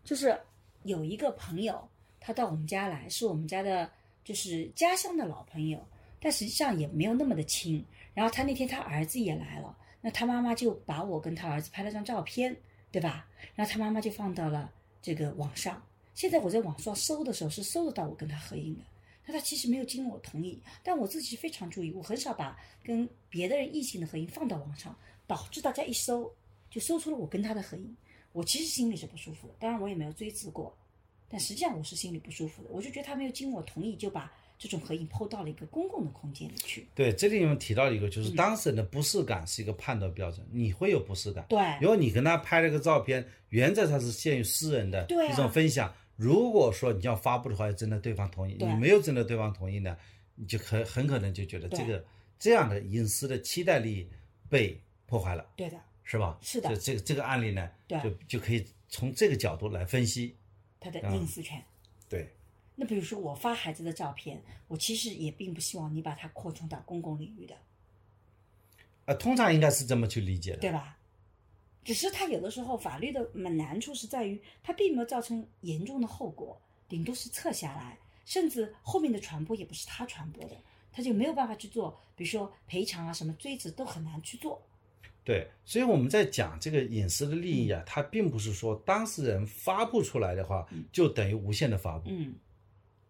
就是有一个朋友，他到我们家来，是我们家的就是家乡的老朋友，但实际上也没有那么的亲。然后他那天他儿子也来了，那他妈妈就把我跟他儿子拍了张照片，对吧？然后他妈妈就放到了这个网上。现在我在网上搜的时候是搜得到我跟他合影的，那他其实没有经我同意，但我自己非常注意，我很少把跟别的人异性的合影放到网上，导致大家一搜就搜出了我跟他的合影，我其实心里是不舒服的，当然我也没有追责过，但实际上我是心里不舒服的，我就觉得他没有经我同意就把这种合影抛到了一个公共的空间里去，
对这里面提到一个，就是
嗯
当事人的不适感是一个判断标准，你会有不适感。
对，
如果你跟他拍了个照片，原则上是限于私人的
对啊
一种分享。如果说你要发布的话，要征得对方同意，
对
你没有征得对方同意呢，你就很很可能就觉得
对
这个这样的隐私的期待利益被破坏了，
对的，
是吧？
是的
就这个这个案例呢，
对
就就可以从这个角度来分析。
他的
嗯
隐私权。
对，
那比如说我发孩子的照片，我其实也并不希望你把它扩充到公共领域的，
啊，通常应该是这么去理解的。
对吧？只是它有的时候法律的嗯难处是在于，它并没有造成严重的后果，顶多是撤下来，甚至后面的传播也不是他传播的，他就没有办法去做，比如说赔偿啊什么追责都很难去做。
对，所以我们在讲这个隐私的利益啊，它并不是说当事人发布出来的话
嗯，
就等于无限的发布。
嗯，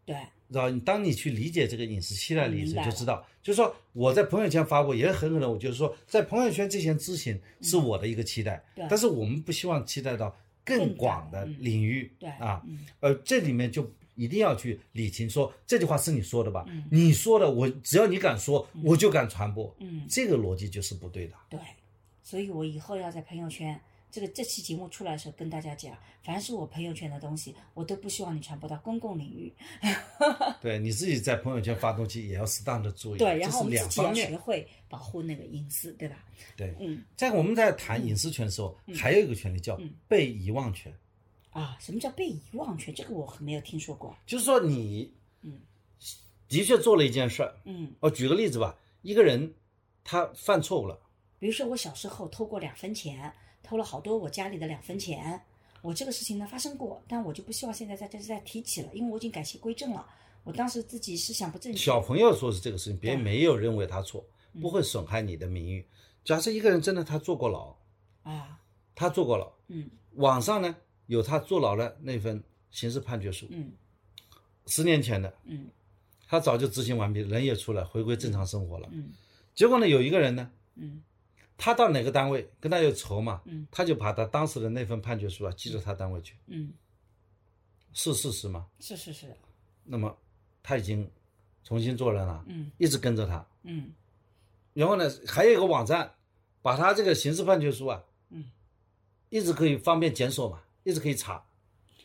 对，
然后你当你去理解这个饮食期待理
明
时，
白
就
了
知道，就是说我在朋友圈发布，也很可能我就是说在朋友圈这件事情是我的一个期待，
对
但是我们不希望期待到更
更
广
大
的
嗯
领域，
对
啊，
嗯，
呃，这里面就一定要去理清说，这句话是你说的吧？
嗯
你说的，我只要你敢说，
嗯
我就敢传播，
嗯
这个逻辑就是不对的。
对，所以我以后要在朋友圈这个这期节目出来的时候跟大家讲，凡是我朋友圈的东西，我都不希望你传播到公共领域。
对，你自己在朋友圈发东西也要适当的注意，啊
对，然
这
后我们自
是两
己
方
要学
面。
会保护那个隐私，对吧？
对，
嗯
在我们在谈隐私权的时候，
嗯
还有一个权利叫
嗯
被遗忘权。
啊，什么叫被遗忘权？这个我没有听说过。
就是说你，
嗯，
的确做了一件事儿。
嗯，
我举个例子吧，一个人他犯错误了，
比如说我小时候偷过两分钱，偷了好多我家里的两分钱。我这个事情呢发生过，但我就不希望现在在这再提起了，因为我已经改邪归正了。我当时自己思想不正确，
小朋友说是这个事情，别人
对
没有认为他错，
嗯
不会损害你的名誉。假设一个人真的他坐过牢，
啊，
他坐过牢，
嗯
网上呢有他坐牢的那份刑事判决书，
嗯
十年前的，
嗯
他早就执行完毕，人也出来，回归正常生活了。
嗯
结果呢，有一个人呢，
嗯
他到哪个单位跟他有仇嘛，
嗯
他就把他当时的那份判决书啊寄到他单位去，
嗯，
是事实吗？
是是是，
那么他已经重新做人了，
嗯
一直跟着他。
嗯
然后呢，还有一个网站把他这个刑事判决书啊，
嗯，
一直可以方便检索嘛，一直可以查。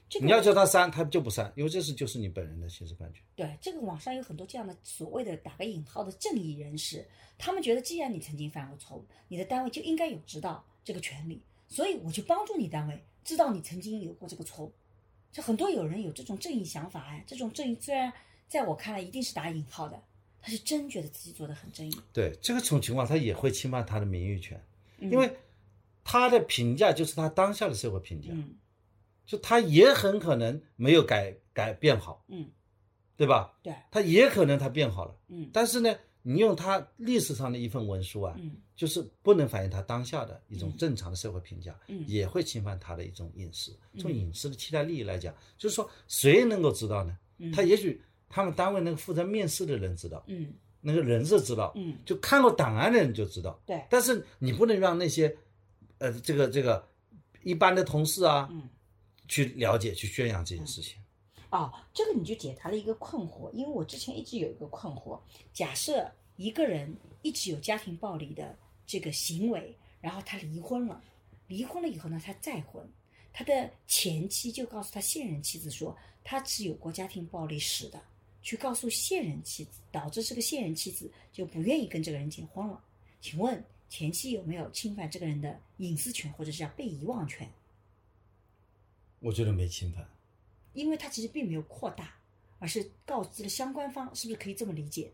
这个
你要叫他删，他就不删，因为这是就是你本人的刑事判决。
对，这个网上有很多这样的所谓的打个引号的正义人士，他们觉得既然你曾经犯过错误，你的单位就应该有知道这个权利，所以我就帮助你单位知道你曾经有过这个错误。就很多有人有这种正义想法，哎，这种正义虽然在我看来一定是打引号的，他是真觉得自己做的很正义，
对这个种情况，他也会侵犯他的名誉权，
嗯
因为他的评价就是他当下的社会评价，
嗯
就他也很可能没有改改变好，
嗯，
对吧？
对，
他也可能他变好了，
嗯
但是呢，你用他历史上的一份文书啊，
嗯
就是不能反映他当下的一种
嗯
正常的社会评价，
嗯
也会侵犯他的一种隐私。从
嗯
隐私的期待利益来讲，就是说谁能够知道呢？
嗯，
他也许他们单位那个负责面试的人知道，
嗯
那个人是知道，
嗯
就看过档案的人就知道。
对，
但是你不能让那些，呃，这个这个一般的同事啊，
嗯。
去了解、去宣扬这件事情。
哦，这个你就解答了一个困惑，因为我之前一直有一个困惑，假设一个人一直有家庭暴力的这个行为，然后他离婚了，离婚了以后呢，他再婚，他的前妻就告诉他现任妻子说他是有过家庭暴力史的，去告诉现任妻子，导致这个现任妻子就不愿意跟这个人结婚了。请问前妻有没有侵犯这个人的隐私权或者是叫被遗忘权？
我觉得没侵犯，
因为它其实并没有扩大，而是告知了相关方，是不是可以这么理解？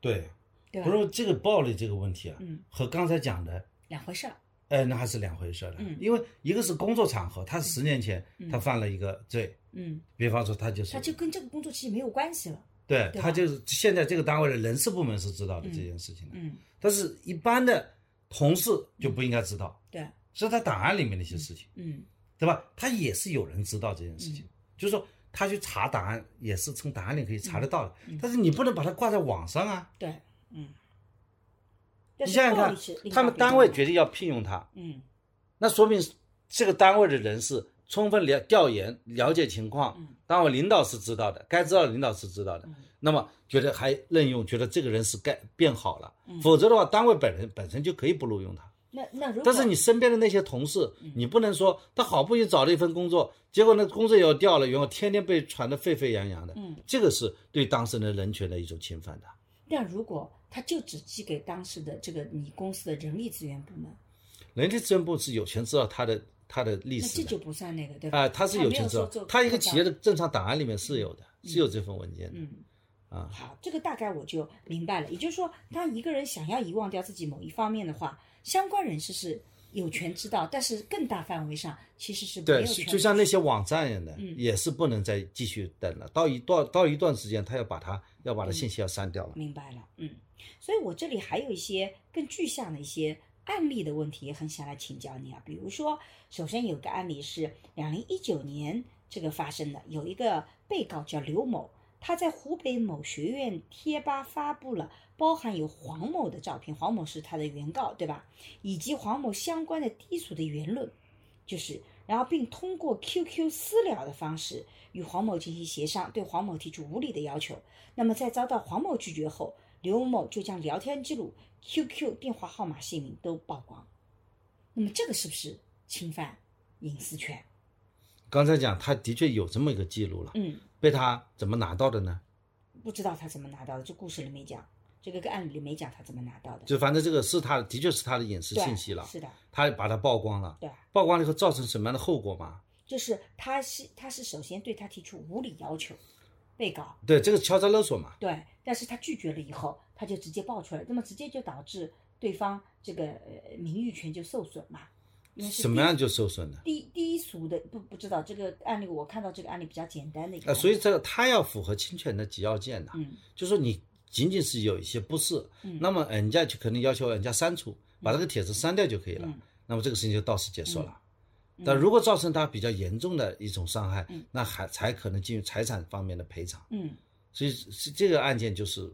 对，
对
不
吧？
是这个暴力这个问题啊，
嗯，
和刚才讲的
两回事儿。
哎，那还是两回事了。
嗯
因为一个是工作场合，他十年前
嗯
他犯了一个罪，
嗯，
比方说他就是，
它就跟这个工作其实没有关系了。
对
对吧
他就是现在这个单位的人事部门是知道的
嗯
这件事情的，
嗯，
但是一般的同事就不应该知道，
对，
是他档案里面的一些事情，
嗯
对吧？他也是有人知道这件事情，就是说他去查档案也是从档案里可以查得到的，
嗯嗯
但是你不能把它挂在网上啊。
对，嗯。
你
但是
想想
暴力
看
是另，
他
当
们
别
单位
论
决定要聘用他，
嗯
那说明这个单位的人士充分了调研了解情况，
嗯
单位领导是知道的，该知道的领导是知道的，
嗯
那么觉得还任用，觉得这个人是该变好了，
嗯
否则的话，单位本人本身就可以不录用他。
那那如果
但是你身边的那些同事
嗯，
你不能说他好不容易找了一份工作，结果那工作也要掉了，然后天天被传得沸沸扬扬的，
嗯，
这个是对当事人的人权的一种侵犯的。
那如果他就只寄给当时的这个你公司的人力资源部门，
人力资源部是有权知道他的他的历
那
史
这
的，
就不算那个对吧？
啊、他是有
没
权
有
知
说
道
做，
他一个
扩
企
大
业的正常档案里面是有的，是有这份文件的、
嗯。
啊。
好，这个大概我就明白了。也就是说，当一个人想要遗忘掉自己某一方面的话，相关人士是有权知道，但是更大范围上其实是没有
对，
权
是
知道。
就像那些网站一样的，
嗯
也是不能再继续等了。到一段到一段时间，他要把它要把它信息要删掉了。
明白了，嗯，所以我这里还有一些更具象的一些案例的问题，也很想来请教你啊。比如说，首先有个案例是两零一九年这个发生的，有一个被告叫刘某，他在湖北某学院贴吧发布了包含有黄某的照片，黄某是他的原告，对吧？以及黄某相关的低俗的言论，就是。然后，并通过 QQ 私聊的方式与黄某进行协商，对黄某提出无理的要求，那么在遭到黄某拒绝后，刘某就将聊天记录、QQ 电话号码、姓名都曝光。那么这个是不是侵犯隐私权？
刚才讲，他的确有这么一个记录了，
嗯，
被他怎么拿到的呢？
不知道他怎么拿到的，这故事里没讲，这个个案例里没讲他怎么拿到的。
就反正这个是他的确是他的隐私
对
信息了，
是的，
他把它曝光了，
对，
曝光了以后造成什么样的后果嘛？
就是他是他是首先对他提出无理要求，被告
对，这个敲诈勒索嘛，
对，但是他拒绝了以后，他就直接爆出来，那么直接就导致对方这个呃名誉权就受损嘛，因为是
什么
第
样就受损呢？
低低俗的不不知道这个案例，我看到这个案例比较简单的一个
啊，
案例，
所以这个他要符合侵权的几要件的，
嗯
就说你仅仅是有一些不适，
嗯
那么人家就可能要求人家删除，把这个帖子删掉就可以了，
嗯
那么这个事情就到此结束了。
嗯
但如果造成他比较严重的一种伤害，
嗯
那还才可能进入财产方面的赔偿。
嗯
所以是这个案件就是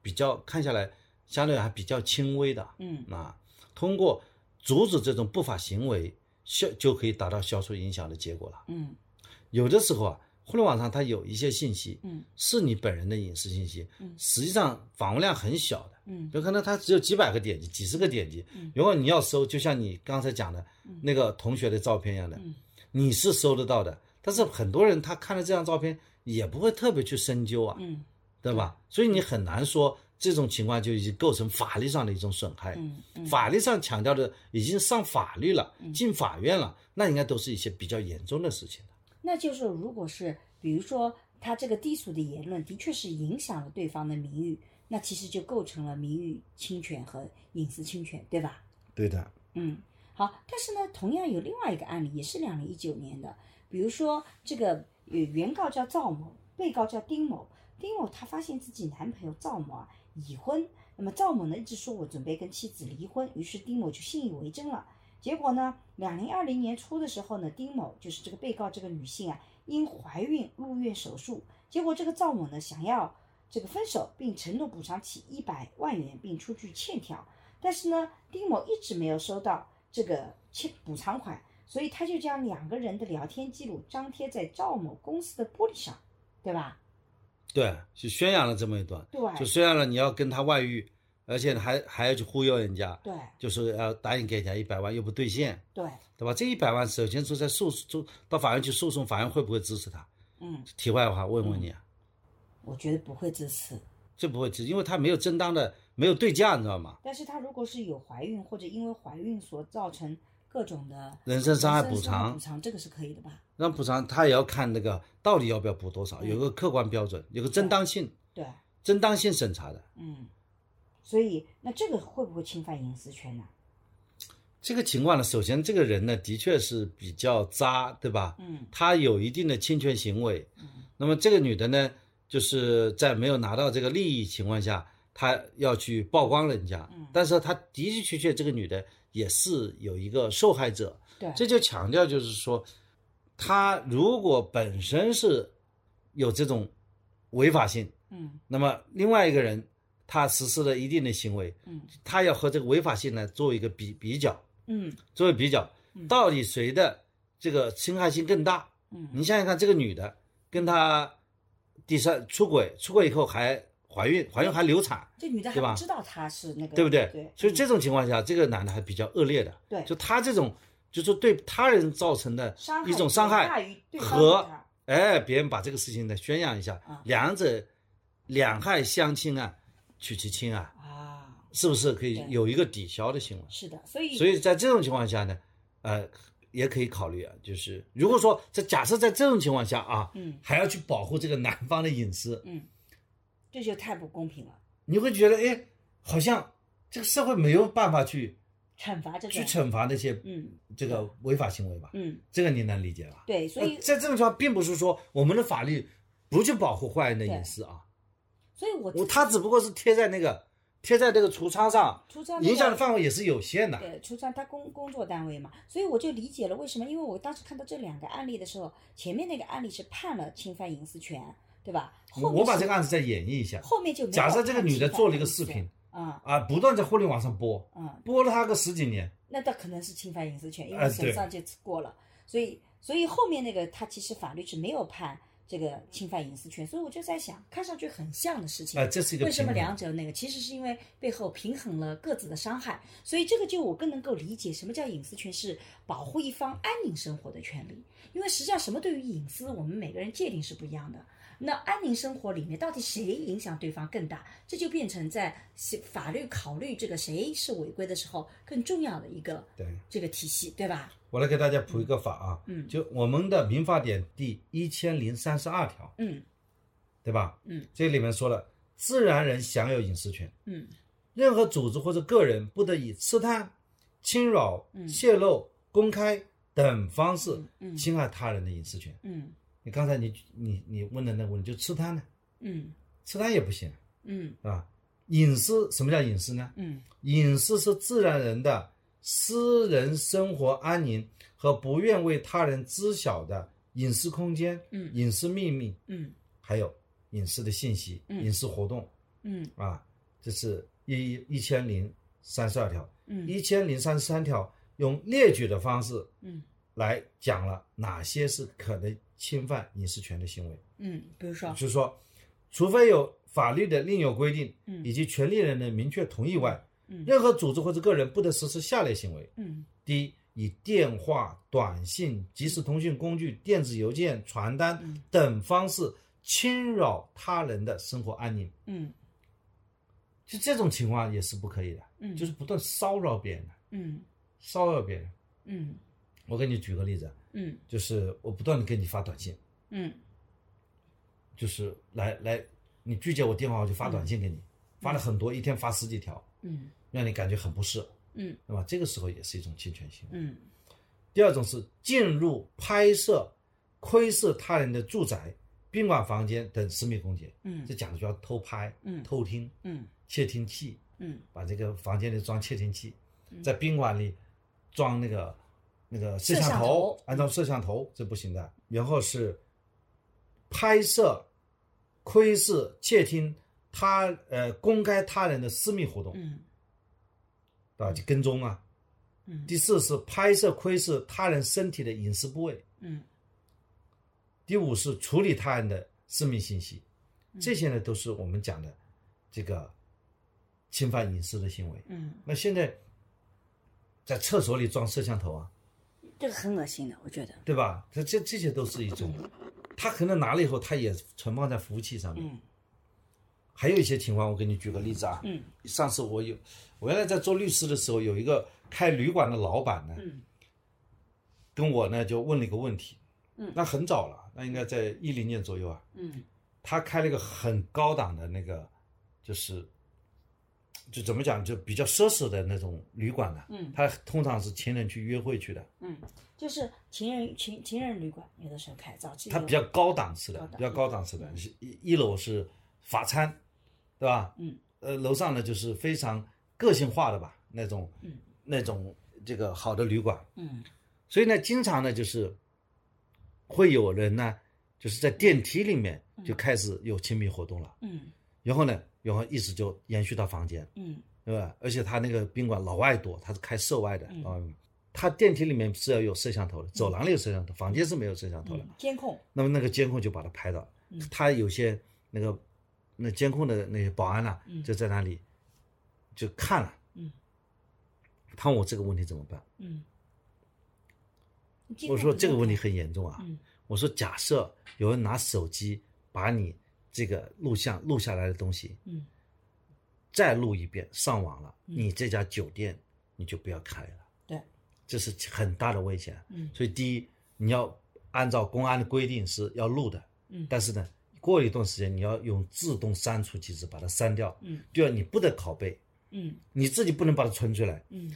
比较看下来，相对还比较轻微的
嗯
啊。通过阻止这种不法行为，消就可以达到消除影响的结果了。
嗯
有的时候啊，互联网上它有一些信息
嗯
是你本人的隐私信息，
嗯
实际上访问量很小的。
嗯
有可能他只有几百个点击、几十个点击
嗯。
如果你要搜，就像你刚才讲的
嗯
那个同学的照片一样的
嗯，
你是搜得到的。但是很多人他看了这张照片，也不会特别去深究啊，
嗯
对吧？所以你很难说这种情况就已经构成法律上的一种损害。
嗯嗯，
法律上强调的已经上法律了
嗯，
进法院了，那应该都是一些比较严重的事情。
那就是如果是比如说他这个低俗的言论的确是影响了对方的名誉，那其实就构成了名誉侵权和隐私侵权，对吧？
对的，
嗯，好，但是呢，同样有另外一个案例，也是两零一九年的，比如说这个呃原告叫赵某，被告叫丁某，丁某她发现自己男朋友赵某啊已婚，那么赵某呢一直说我准备跟妻子离婚，于是丁某就信以为真了。结果呢，两零二零年初的时候呢，丁某就是这个被告这个女性啊，因怀孕入院手术，结果这个赵某呢想要这个分手，并承诺补偿其一百万元，并出具欠条。但是呢，丁某一直没有收到这个欠补偿款，所以他就将两个人的聊天记录张贴在赵某公司的玻璃上，对吧？
对，就宣扬了这么一段，
对，
就宣扬了你要跟他外遇，而且还还要去忽悠人家。
对
就是要答应给人家一百万，又不兑现，
对，
对吧？这一百万首先说在诉诉到法院去诉讼，法院会不会支持他？
嗯，
题外话问问你啊，
我觉得不会支持。
这不会支持，因为他没有正当的，没有对价，你知道吗？
但是她如果是有怀孕或者因为怀孕所造成各种的
人身伤害
人
补
身伤害
偿
补，偿这个是可以的吧？
那补偿他也要看那个到底要不要补多少，
嗯
有个客观标准，有个正当性，
对，
正当性审查的。
嗯，所以那这个会不会侵犯隐私权呢？
这个情况呢，首先这个人呢的确是比较渣，对吧？
嗯
他有一定的侵权行为，
嗯
那么这个女的呢，就是在没有拿到这个利益情况下，她要去曝光人家。
嗯
但是她的的确确，这个女的也是有一个受害者。
对，
这就强调就是说，她如果本身是有这种违法性，
嗯
那么另外一个人他实施了一定的行为，
嗯
他要和这个违法性来做一个比比较，
嗯
作为比较
嗯，
到底谁的这个侵害性更大？
嗯
你想想看，这个女的跟她第三出轨，出轨以后还怀孕，怀孕还流产，
这女的还
对吧
不知道她是那个，
对不对？
对，
所以这
嗯
种情况下，这个男的还比较恶劣的。
对
就他这种，就是对他人造成的
伤害
一种伤害
大于对方
和
对他
哎，别人把这个事情呢宣扬一下，
啊
两者两害相亲啊，取其轻啊，
啊，
是不是可以
对
有一个抵消的行为？
是的，所以
所以在这种情况下呢，呃，也可以考虑啊，就是如果说在假设在这种情况下啊，
嗯
还要去保护这个男方的隐私，
嗯，这就太不公平了，
你会觉得哎，好像这个社会没有办法去
惩罚这
去
种，
惩罚那些
嗯
这个违法行为吧？
嗯，
这个你能理解吧？
对，所以
呃在这种情况，并不是说我们的法律不去保护坏人的隐私啊，
所以我
我他只不过是贴在那个贴在这个橱窗上，
出招
影响的范围也是有限的。
对，出张他工工作单位嘛，所以我就理解了为什么，因为我当时看到这两个案例的时候，前面那个案例是判了侵犯隐私权，对吧？后
我
面
我把
是
这个案子再演绎一下
后面就没有
假设这个
判
女的
侵犯
做了一
隐
个
私
视频
权，啊
啊，不断在互联网上播，
嗯，
播了他个十几年，
那倒可能是侵犯隐私权，因
哎
为
对
审上就过了，所以所以后面那个他其实法律是没有判这个侵犯隐私权，所以我就在想，看上去很像的事情，
啊，这是一个
为什么
平衡
两者那个？其实是因为背后平衡了各自的伤害，所以这个就我更能够理解什么叫隐私权是保护一方安宁生活的权利。因为实际上什么对于隐私，我们每个人界定是不一样的。那安宁生活里面到底谁影响对方更大，这就变成在法律考虑这个谁是违规的时候更重要的一个
对。
这个体系，对吧？
我来给大家普一个法啊，
嗯
就我们的民法典第一千零三十二条，
嗯
对吧？
嗯，
这里面说了，自然人享有隐私权，
嗯
任何组织或者个人不得以刺探、侵扰
嗯、
泄露、公开等方式
嗯嗯
侵害他人的隐私权。
嗯
你刚才你你你问的那个问题，就刺探呢？
嗯
刺探也不行
嗯
啊。隐私什么叫隐私呢？
嗯
隐私是自然人的私人生活安宁和不愿为他人知晓的隐私空间、
嗯
隐私秘密，
嗯
还有隐私的信息、
嗯
隐私活动
嗯
啊，这是一一千零三十二条，
嗯
一千零三十三条用列举的方式
嗯
来讲了哪些是可能侵犯隐私权的行为。
嗯，比如说，
就是说，除非有法律的另有规定
嗯
以及权利人的明确同意外，
嗯
任何组织或者个人不得实施下列行为：
嗯
第一，以电话、短信、即时通讯工具、电子邮件、传单
嗯
等方式侵扰他人的生活安宁，
嗯
就这种情况也是不可以的，
嗯，
就是不断骚扰别人的，
嗯
骚扰别人。
嗯
我给你举个例子啊，
嗯
就是我不断的给你发短信，
嗯
就是来来，你拒绝我电话，我就发短信给你，发了很多，一天发十几条，
嗯
让你感觉很不适，
嗯
那么这个时候也是一种侵权行为。
嗯
第二种是进入、拍摄、窥视他人的住宅、宾馆房间等私密空间，
嗯
这讲的就要偷拍、
嗯
偷听、
嗯
窃听器，
嗯
把这个房间里装窃听器，
嗯
在宾馆里装那个那个摄
摄像
像头
头，
安装摄像头这不行的。然后是拍摄、窥视、窃听他呃公开他人的私密活动，
嗯
对吧？就跟踪啊。
嗯，
第四是拍摄、窥视他人身体的隐私部位。
嗯
第五是处理他人的私密信息，
嗯
这些呢都是我们讲的这个侵犯隐私的行为。
嗯，
那现在在厕所里装摄像头啊，
这个很恶心的，我觉得。
对吧？这这这些都是一种，他可能拿了以后，他也存放在服务器上面。
嗯
还有一些情况，我给你举个例子啊。
嗯
上次我有，我原来在做律师的时候，有一个开旅馆的老板呢，
嗯
跟我呢就问了一个问题。
嗯
那很早了，那应该在一零年左右啊。
嗯
他开了一个很高档的那个，就是就怎么讲，就比较奢侈的那种旅馆呢、
嗯
他通常是情人去约会去的，
嗯，就是情人情情人旅馆，有的时候开早期有。
它比较高档次的
高，档嗯
比较高档次的，是一一楼是法餐，对吧？
嗯，
呃，楼上呢就是非常个性化的吧，那种，
嗯，
那种这个好的旅馆，
嗯
所以呢，经常呢就是会有人呢就是在电梯里面就开始有亲密活动了，
嗯
然后呢，然后一直就延续到房间，
嗯
对吧？而且他那个宾馆老外多，他是开涉外的
嗯
啊。他电梯里面是要有摄像头的，走廊里有摄像头，房间是没有摄像头的。
嗯，监控。
那么那个监控就把他拍到了
嗯，
他有些那个那监控的那些保安呐、啊
嗯
就在那里就看了。
嗯
他问我这个问题怎么办？
嗯。
我说这个问题很严重啊。
嗯
我说假设有人拿手机把你这个录像录下来的东西
嗯
再录一遍上网了，
嗯
你这家酒店你就不要开了。
对，
这是很大的危险。
嗯
所以第一，你要按照公安的规定是要录的，
嗯
但是呢，过一段时间你要用自动删除机制把它删掉。
嗯
第二，你不得拷贝，
嗯
你自己不能把它存出来。
嗯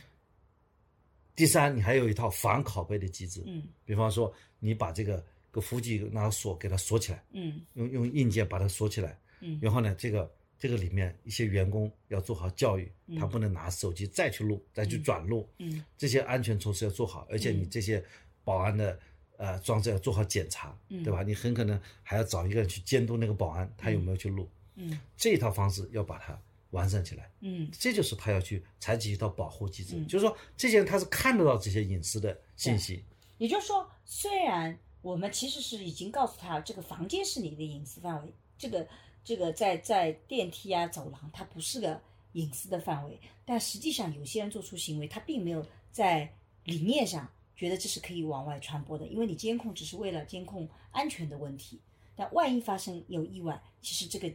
第三，你还有一套防拷贝的机制，
嗯
比方说你把这个个服务器拿锁给它锁起来，
嗯
用用硬件把它锁起来，
嗯
然后呢，这个这个里面一些员工要做好教育，
嗯
他不能拿手机再去录，再去转录，
嗯
这些安全措施要做好，而且你
嗯
这些保安的呃装置要做好检查，
嗯
对吧？你很可能还要找一个人去监督那个保安，他有没有去录。
嗯
这一套方式要把它完善起来，
嗯
这就是他要去采取一套保护机制，
嗯
就是说这些人他是看得到这些隐私的信息，
也就是说，虽然我们其实是已经告诉他，这个房间是你的隐私范围，这个这个在在电梯啊、走廊，它不是个隐私的范围，但实际上有些人做出行为，他并没有在理念上觉得这是可以往外传播的，因为你监控只是为了监控安全的问题，但万一发生有意外，其实这个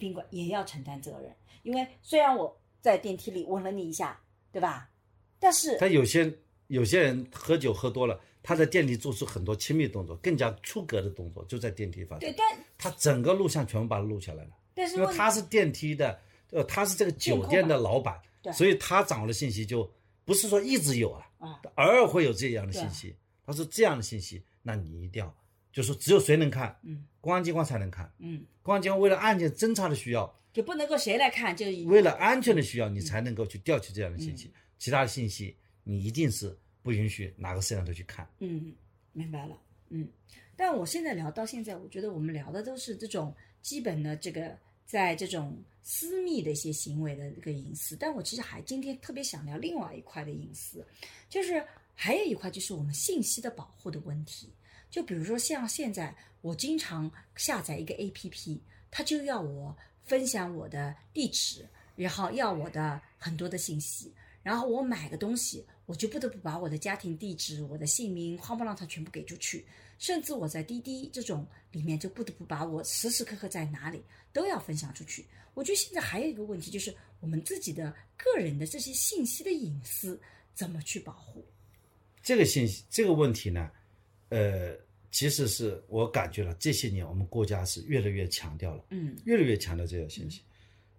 宾馆也要承担责任，因为虽然我在电梯里吻了你一下，对吧？但是
他有些有些人喝酒喝多了，他在电梯做出很多亲密动作，更加出格的动作，就在电梯发
对，
生。
但
他整个录像全部把它录下来了，
但是
因为
问题
他是电梯的，呃，他是这个酒店的老板
对，
所以他掌握的信息就不是说一直有啊，
啊，
偶尔会有这样的信息。他说这样的信息，那你一定要，就是只有谁能看，
嗯
公安机关才能看。
嗯。
公安机关为了案件侦查的需要，
就不能够谁来看，就
为了安全的需要，你才能够去调取这样的信
嗯
息。其他的信息，你一定是不允许拿个摄像头去看。
嗯，明白了，嗯。但我现在聊到现在，我觉得我们聊的都是这种基本的这个在这种私密的一些行为的这个隐私。但我其实还今天特别想聊另外一块的隐私，就是还有一块就是我们信息的保护的问题。就比如说像现在，我经常下载一个 APP，它就要我分享我的地址，然后要我的很多的信息，然后我买个东西，我就不得不把我的家庭地址、我的姓名、慌不浪当全部给出去，甚至我在滴滴这种里面就不得不把我时时刻刻在哪里都要分享出去。我觉得现在还有一个问题就是我们自己的个人的这些信息的隐私怎么去保护？
这个信息这个问题呢，呃，其实是我感觉了这些年我们国家是越来越强调了，
嗯
越来越强调这条信息。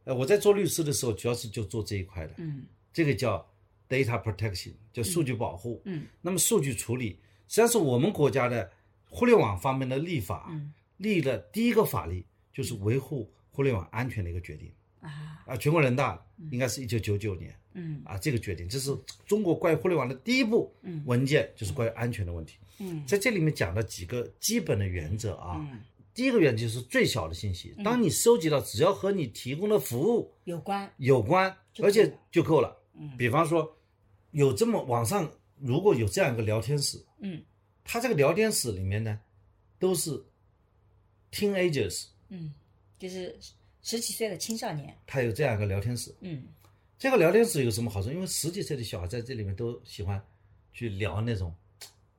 呃，我在做律师的时候，主要是就做这一块的，
嗯
这个叫 data protection，叫数据保护。
嗯
那么数据处理实际上是我们国家的互联网方面的立法、
嗯
立了第一个法律，就是维护互联网安全的一个决定
啊
啊。全国人大
嗯
应该是一九九九年
嗯
啊，这个决定，这是中国关于互联网的第一步
嗯
文件，就是关于安全的问题。
嗯
在这里面讲了几个基本的原则啊。
嗯
第一个原则就是最小的信息，当你收集到只要和你提供的服务
有关
有关，
就
而
够
且
了
就够了。
嗯
比方说，有这么网上如果有这样一个聊天室，
嗯
它这个聊天室里面呢，都是 teenagers，
嗯，就是十几岁的青少年，
它有这样一个聊天室。
嗯
这个聊天室有什么好处？因为十几岁的小孩在这里面都喜欢去聊那种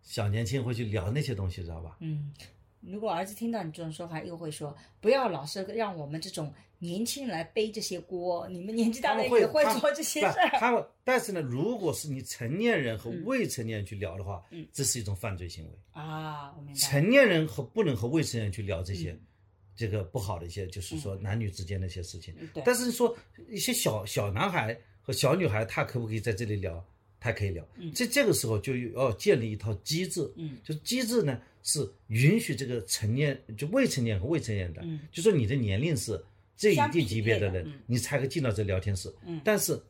小年轻会去聊那些东西，知道吧？
嗯。如果儿子听到你这种说法，又会说：“不要老是让我们这种年轻人来背这些锅，你们年纪大
他
了
们
也
会他们
做这些
不
事儿。
他们，但是呢，如果是你成年人和
嗯
未成年人去聊的话，
嗯
这是一种犯罪行为。”
啊，我明白了。
成年人和不能和未成年人去聊这些，
嗯
这个不好的一些，就是说男女之间的一些事情。
嗯对
但是你说一些小小男孩和小女孩，他可不可以在这里聊？他可以聊。
嗯
这这个时候就要建立一套机制，
嗯
就机制呢是允许这个成年就未成年和未成年的，
嗯
就说你的年龄是这一
相匹
定级别
配的
人，
嗯
你才会进到这聊天室。
嗯
但是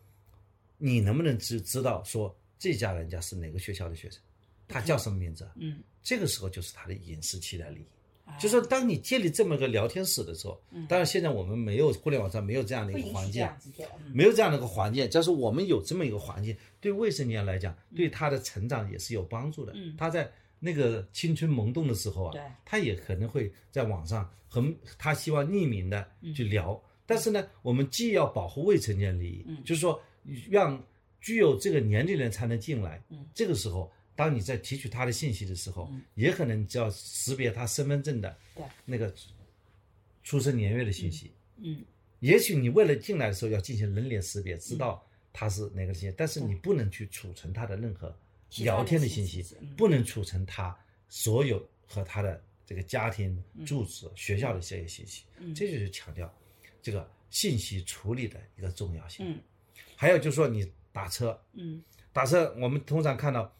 你能不能知知道说这家人家是哪个学校的学生，他叫什么名字啊？
嗯，
这个时候就是他的隐私期待利益。
啊
就说当你建立这么一个聊天室的时候
嗯，
当然现在我们没有互联网上没有这样的
不
一个
允
环
许这
境，
样子做。嗯
没有这样的一个环境，但是我们有这么一个环境，对未成年来讲，对他的成长也是有帮助的
嗯。
他在那个青春萌动的时候
对
啊，他也可能会在网上和他希望匿名的去聊，但是呢，我们既要保护未成年利益
嗯，
就是说让具有这个年龄人才能进来
嗯。
这个时候，当你在提取他的信息的时候
嗯，
也可能就要识别他身份证的
对
那个出生年月的信息。
嗯
也许你为了进来的时候要进行人脸识别，知道他是哪个信息，但是你不能去储存他的任何
其他的
聊天的
信
信
息
息，
嗯
不能储存他所有和他的这个家庭
嗯、
住址、学校的这些信息。
嗯
这就是强调这个信息处理的一个重要性。
嗯
还有就是说，你打车，
嗯
打车我们通常看到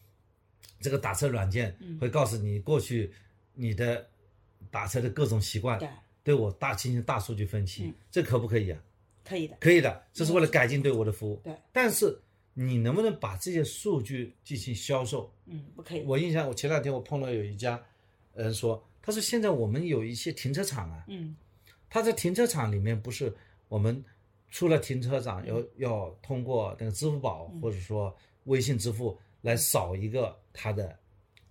这个打车软件
嗯
会告诉你过去你的打车的各种习惯，
对
对我大进行大数据分析，
嗯
这可不可以啊？
可以的。
可以的，这是为了改进对我的服务。
对
但是你能不能把这些数据进行销售？
嗯，不可以。
我印象，我前两天我碰到有一家人说，他说现在我们有一些停车场啊，
嗯
他在停车场里面不是我们出了停车场要、要通过那个支付宝
嗯
或者说微信支付来扫一个他的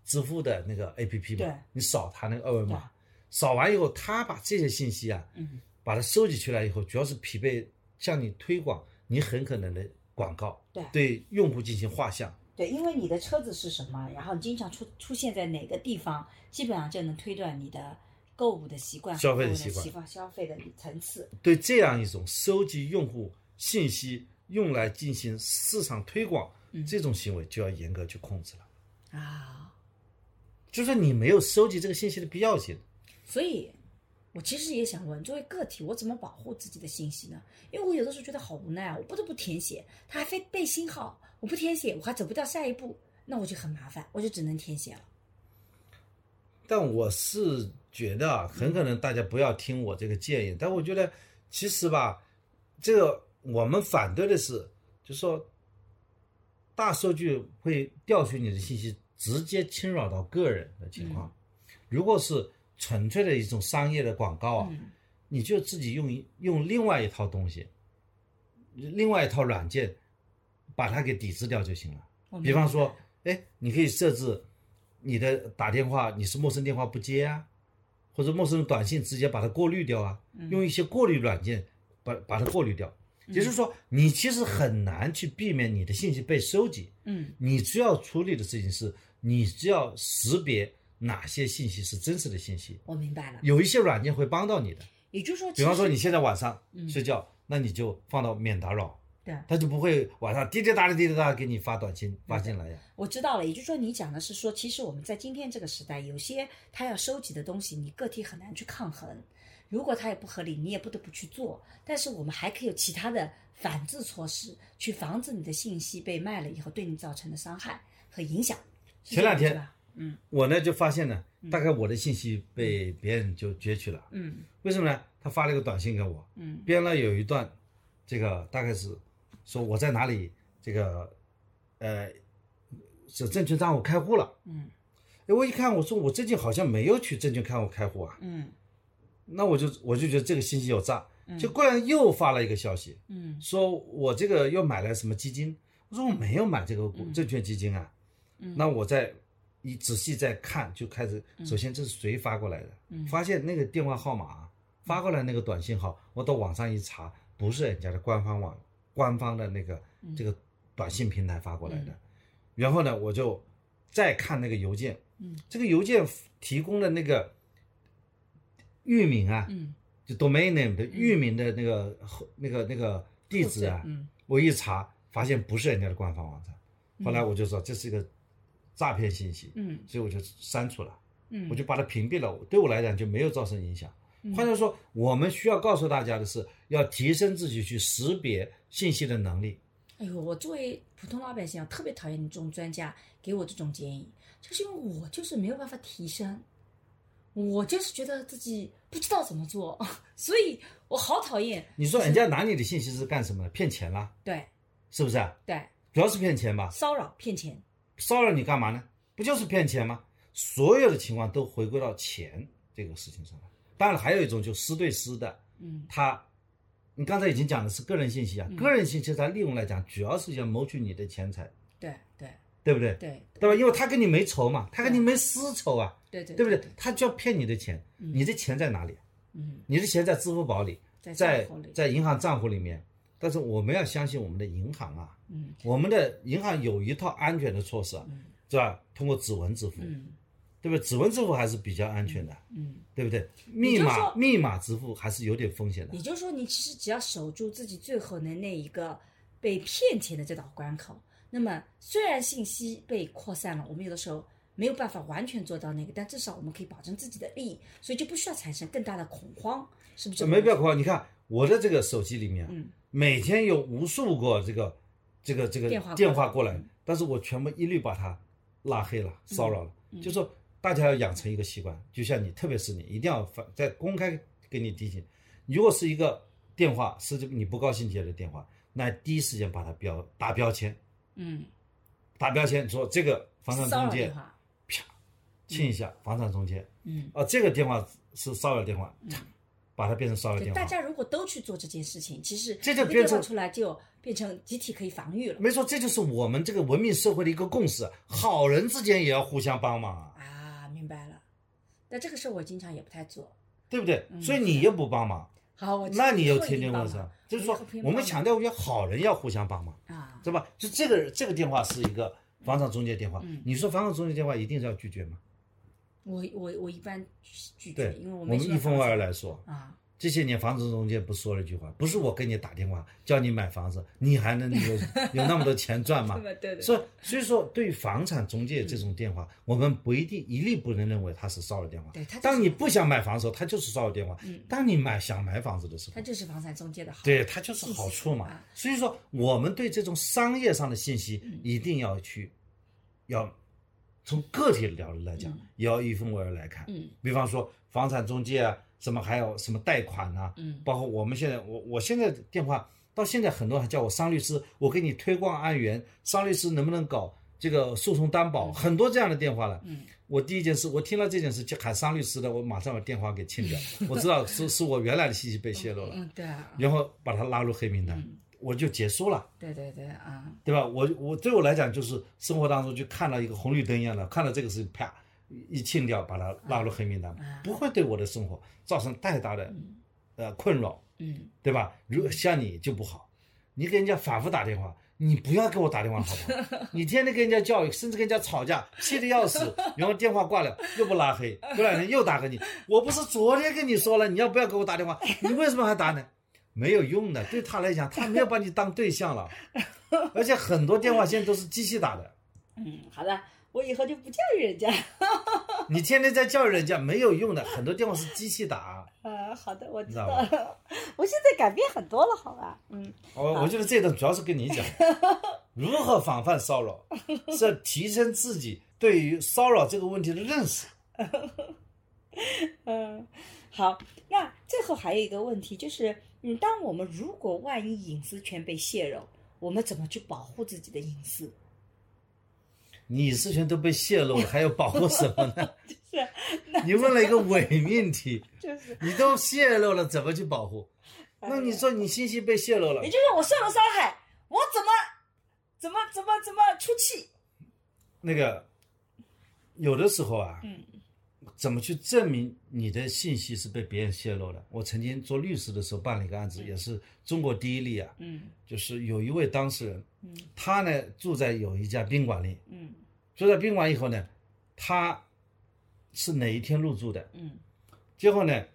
支付的那个 APP
对
嘛，你扫他那个二维
对
码，扫完以后，他把这些信息啊，
嗯
把它收集起来以后，主要是匹配向你推广你很可能的广告，
对
用户进行画像。
对，因为你的车子是什么，然后你经常出出现在哪个地方，基本上就能推断你的购物的习惯、
消费的
购物
习惯
消费的层次。
对这样一种收集用户信息用来进行市场推广、
嗯
这种行为，就要严格去控制了。
啊，
就是你没有收集这个信息的必要性。
所以，我其实也想问，作为个体，我怎么保护自己的信息呢？因为我有的时候觉得好无奈啊，我不得不填写，他还非背星号，我不填写，我还走不到下一步，那我就很麻烦，我就只能填写了。
但我是觉得啊，很可能大家不要听我这个建议。但我觉得，其实吧，这个我们反对的是，就说大数据会调取你的信息，直接侵扰到个人的情况。嗯如果是纯粹的一种商业的广告啊，
嗯
你就自己用一用另外一套东西，另外一套软件，把它给抵制掉就行了。
我明
比方说，哎，你可以设置，你的打电话你是陌生电话不接啊，或者陌生的短信直接把它过滤掉啊，
嗯
用一些过滤软件把把它过滤掉。也就是说，你其实很难去避免你的信息被收集。
嗯
你需要处理的事情是，你只要识别哪些信息是真实的信息，
我明白了。
有一些软件会帮到你的。
也就是说，
比方说
其
你
实
现在晚上
嗯
睡觉，那你就放到免打扰，
对啊
它就不会晚上滴滴答答滴滴答答给你发短信发进来呀。
我知道了，也就是说，你讲的是说，其实我们在今天这个时代，有些他要收集的东西，你个体很难去抗衡。如果它也不合理，你也不得不去做。但是我们还可以有其他的反制措施，去防止你的信息被卖了以后对你造成的伤害和影响。是
前两
这样
天
子吧，嗯
我呢就发现呢，大概我的信息被别人就攫取了，
嗯
为什么呢？他发了一个短信给我，
嗯
编了有一段，这个大概是说我在哪里这个呃，是证券账户开户了。
嗯
哎，我一看，我说我最近好像没有去证券账户开户啊，
嗯
那我就我就觉得这个信息有诈
嗯，
就过来又发了一个消息，
嗯
说我这个又买了什么基金，我说我没有买这个股
嗯
证券基金啊，
嗯
那我再一仔细再看，就开始，首先这是谁发过来的？
嗯
发现那个电话号码啊、发过来那个短信号，我到网上一查，不是人家的官方网官方的那个、
嗯
这个短信平台发过来的。
嗯
然后呢，我就再看那个邮件，
嗯
这个邮件提供的那个域名啊，
嗯，
就 domain name 的域名的那个、后那个那个地址啊，
嗯
我一查发现不是人家的官方网站，后来我就说这是一个诈骗信息，
嗯
所以我就删除了，
嗯，
我就把它屏蔽了，对我来讲就没有造成影响。
嗯
换句话说，我们需要告诉大家的是，要提升自己去识别信息的能力。
哎呦，我作为普通老百姓啊，特别讨厌你这种专家给我这种建议，就是因为我就是没有办法提升，我就是觉得自己不知道怎么做， 所以我好讨厌。
你说人家拿你的信息是干什么的？骗钱啦，
对
是不是啊？
对，
主要是骗钱吧？
骚扰骗钱，
骚扰你干嘛呢？不就是骗钱吗？所有的情况都回归到钱这个事情上来。当然，还有一种就私对私的，
嗯
他，你刚才已经讲的是个人信息啊，
嗯
个人信息它利用来讲，主要是要谋取你的钱财，
对对
对不对？
对
对吧？因为他跟你没仇嘛，他跟你没私仇啊，
对对，
对不对？他就要骗你的钱，
嗯
你的钱在哪里？
嗯，
你的钱在支付宝里，
在
在
账户里
在银行账户里面。但是我们要相信我们的银行啊，
嗯
我们的银行有一套安全的措施啊，
嗯
是吧？通过指纹支付，
嗯
对不对？指纹支付还是比较安全的，
嗯，
对不对？密
就是
码
说
密码支付还是有点风险的
也。就是说，你其实只要守住自己最后的那一个被骗钱的这道关口，那么虽然信息被扩散了，我们有的时候没有办法完全做到那个，但至少我们可以保证自己的利益，所以就不需要产生更大的恐慌，是不是？
没必要。夸，你看我的这个手机里面，啊
嗯
每天有无数个这个这个这个
电话过来
过来，但是我全部一律把它拉黑了、
嗯
骚扰了。就说大家要养成一个习惯，就像你，特别是你，一定要反在公开给你提醒。如果是一个电话是这个你不高兴接的电话，那第一时间把它标打标签，
嗯，
打标签说这个房产
骚
中
扰
介
电，话，
亲一下房产中介
嗯，
啊，这个电话是骚扰电话，把它变成骚扰
就
电
嗯
话
大。家如果都去做这件事情，其实
这就
一个电
变
话
成
出来就变成集体可以防御了
没错，这就是我们这个文明社会的一个共识，好人之间也要互相帮忙啊，
啊，明白了。那这个事儿我经常也不太做。
对不对？所以你也不帮忙，
好，嗯我
那你又
会
天天
帮
问上
忙，
就是说
会帮
我们
忙
强调要好人要互相帮忙，
啊，
对吧？就这个这个电话是一个房产中介电话，
嗯
你说房产中介电话一定是要拒绝吗？
我我我一般拒绝，
对，
因为
我
我
们
没
一分为
为
二来说，
啊，
这些年房子中介不说了一句话，不是我给你打电话叫你买房子，你还能 有有那么多钱赚吗？
对对对
所以所以说，对于房产中介这种电话，我们不一定一律不能认为它是骚扰电话。
对它就是
当你不想买房的时候，它就是骚扰电话；
嗯
当你买想买房子的时
它
候，
就是房产中介的好，
对它就是好处嘛。
信息嗯啊
所以说，我们对这种商业上的信息一定要去，要从个体的角度来讲，也要一分为二来看。
嗯
比方说房产中介啊，什么还有什么贷款啊，
嗯
包括我们现在，我我现在电话到现在很多人还叫我商律师，我给你推广案源，商律师能不能搞这个诉讼担保，很多这样的电话了。
嗯，
我第一件事，我听到这件事就喊商律师的，我马上把电话给 清掉，我知道是是我原来的信息被泄露了，
嗯对啊，嗯
然后把他拉入黑名单。我就结束了，
对对对啊，
对吧？我我对我来讲就是生活当中就看到一个红绿灯一样的，看到这个事情啪一清掉，把它纳入黑名
嗯
单，
啊
不会对我的生活造成太大的呃困扰，
嗯，
对吧？如果像你就不好，你给人家反复打电话，你不要给我打电话好不好？你天天跟人家教育，甚至跟人家吵架，气得要死，然后电话挂了又不拉黑，过两天又打给你，我不是昨天跟你说了你要不要给我打电话，你为什么还打呢？没有用的，对他来讲，他没有把你当对象了，而且很多电话现在都是机器打的，
嗯，好的，我以后就不教育人家。
你天天在教育人家没有用的，很多电话是机器打。
呃，好的，我知
道
道
了
了。 我现在改变很多了，好吧？嗯，
哦我我觉得这段主要是跟你讲，如何防范骚扰，是要提升自己对于骚扰这个问题的认识。
嗯，好，那最后还有一个问题就是，嗯，当我们如果万一隐私权被泄露，我们怎么去保护自己的隐私？
你隐私权都被泄露了，还要保护什么呢？
是，
你问了一个伪命题，
就是，
你都泄露了，怎么去保护？那你说你信息被泄露了
也，哎就是我受了伤害，我怎么怎么怎么怎么出气？
那个有的时候啊，
嗯
怎么去证明你的信息是被别人泄露的？我曾经做律师的时候办了一个案子，也是中国第一例啊，
嗯
就是有一位当事人，
嗯
他呢住在有一家宾馆里，
嗯
住在宾馆以后呢，他是哪一天入住的？
嗯
结果呢，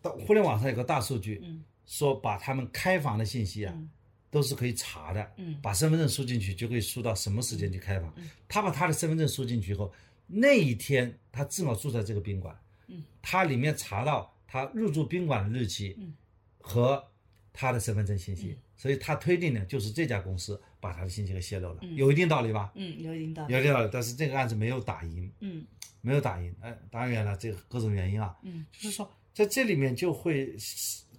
到互联网上有个大数据，
嗯
说把他们开房的信息啊，
嗯
都是可以查的，
嗯
把身份证输进去就可以输到什么时间去开房。他把他的身份证输进去以后，那一天他正好住在这个宾馆，
嗯，
他里面查到他入住宾馆的日期，
嗯，
和他的身份证信息，所以他推定呢就是这家公司把他的信息给泄露了，
嗯
有一定道理吧？
嗯，有领导，
有一定道理，但是这个案子没有打赢，
嗯
没有打赢，哎，当然了，这个各种原因啊，
嗯
就是说在这里面就会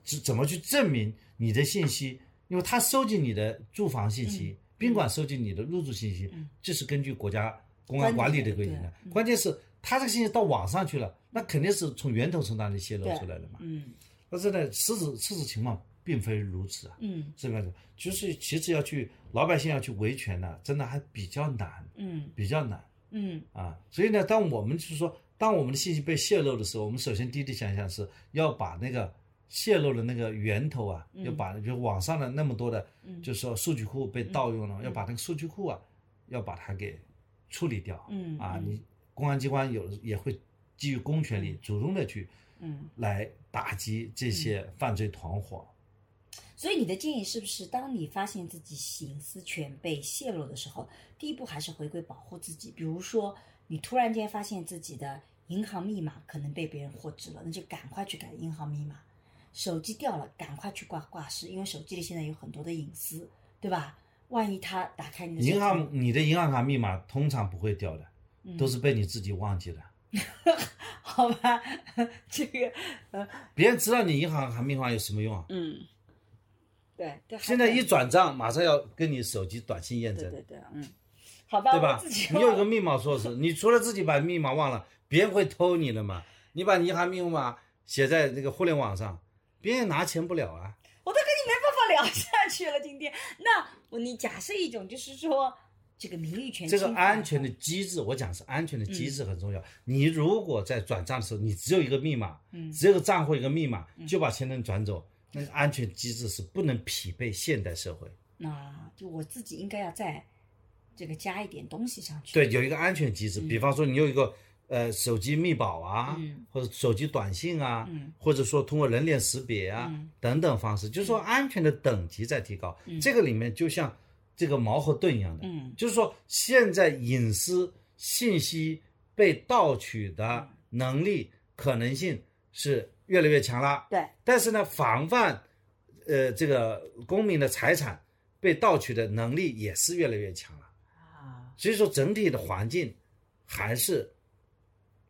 怎怎么去证明你的信息，因为他收集你的住房信息，宾馆收集你的入住信息，
嗯
这是根据国家公安管理的规定
对
的。
嗯
关键是他这个信息到网上去了，那肯定是从源头从哪里泄露
对
出来的嘛。
嗯
但是呢，事实事实情况并非如此啊，
嗯
是吧？就是其实要去老百姓要去维权呢、真的还比较难，
嗯
比较难。
嗯
啊，所以呢，当我们就是说，当我们的信息被泄露的时候，我们首先第一想想是要把那个泄露的那个源头啊，
嗯
要把就网上的那么多的，
嗯，
就是说数据库被盗用了，要把那个数据库啊，要把它给处理掉。
嗯
啊，
嗯
你公安机关有也会基于公权力
嗯
主动的去
嗯。
来打击这些犯罪团伙。
所以你的建议是不是，当你发现自己隐私权被泄露的时候，第一步还是回归保护自己？比如说，你突然间发现自己的银行密码可能被别人获知了，那就赶快去改银行密码；手机掉了，赶快去挂挂失，因为手机里现在有很多的隐私，对吧？万一他打开你的手机
银行，你的银行卡密码通常不会掉的，
嗯
都是被你自己忘记的。
好吧？ 这个，呃，
别人知道你银行卡密码有什么用啊？
嗯，对，对
现在一转账，马上要跟你手机短信验
对
证，
对对，嗯，好吧，
对
我
吧
自己？
你有一个密码说是，你除了自己把密码忘了，别人会偷你的嘛。你把银行密码写在那个互联网上，别人拿钱不了啊。
我都跟你没办法聊下去了。今天，那我你假设一种，就是说这个名誉权
这
侵
个
犯
安全的机制，我讲是安全的
嗯
机制很重要。你如果在转账的时候，你只有一个密码，
嗯
只有个账户一个密码，就把钱能转走，那个安全机制是不能匹配现代社会。
那就我自己应该要在这个加一点东西上去。
对，有一个安全机制，比方说你有一个呃手机密保啊，
嗯
或者手机短信啊，
嗯
或者说通过人脸识别啊、
嗯
等等方式，就是说安全的等级在提高。这个里面就像这个矛和盾一样的，
嗯
就是说现在隐私信息被盗取
嗯
的能力、可能性是越来越强啦。
对，
但是呢，防范呃这个公民的财产被盗取的能力也是越来越强了。
啊，
所以说整体的环境还是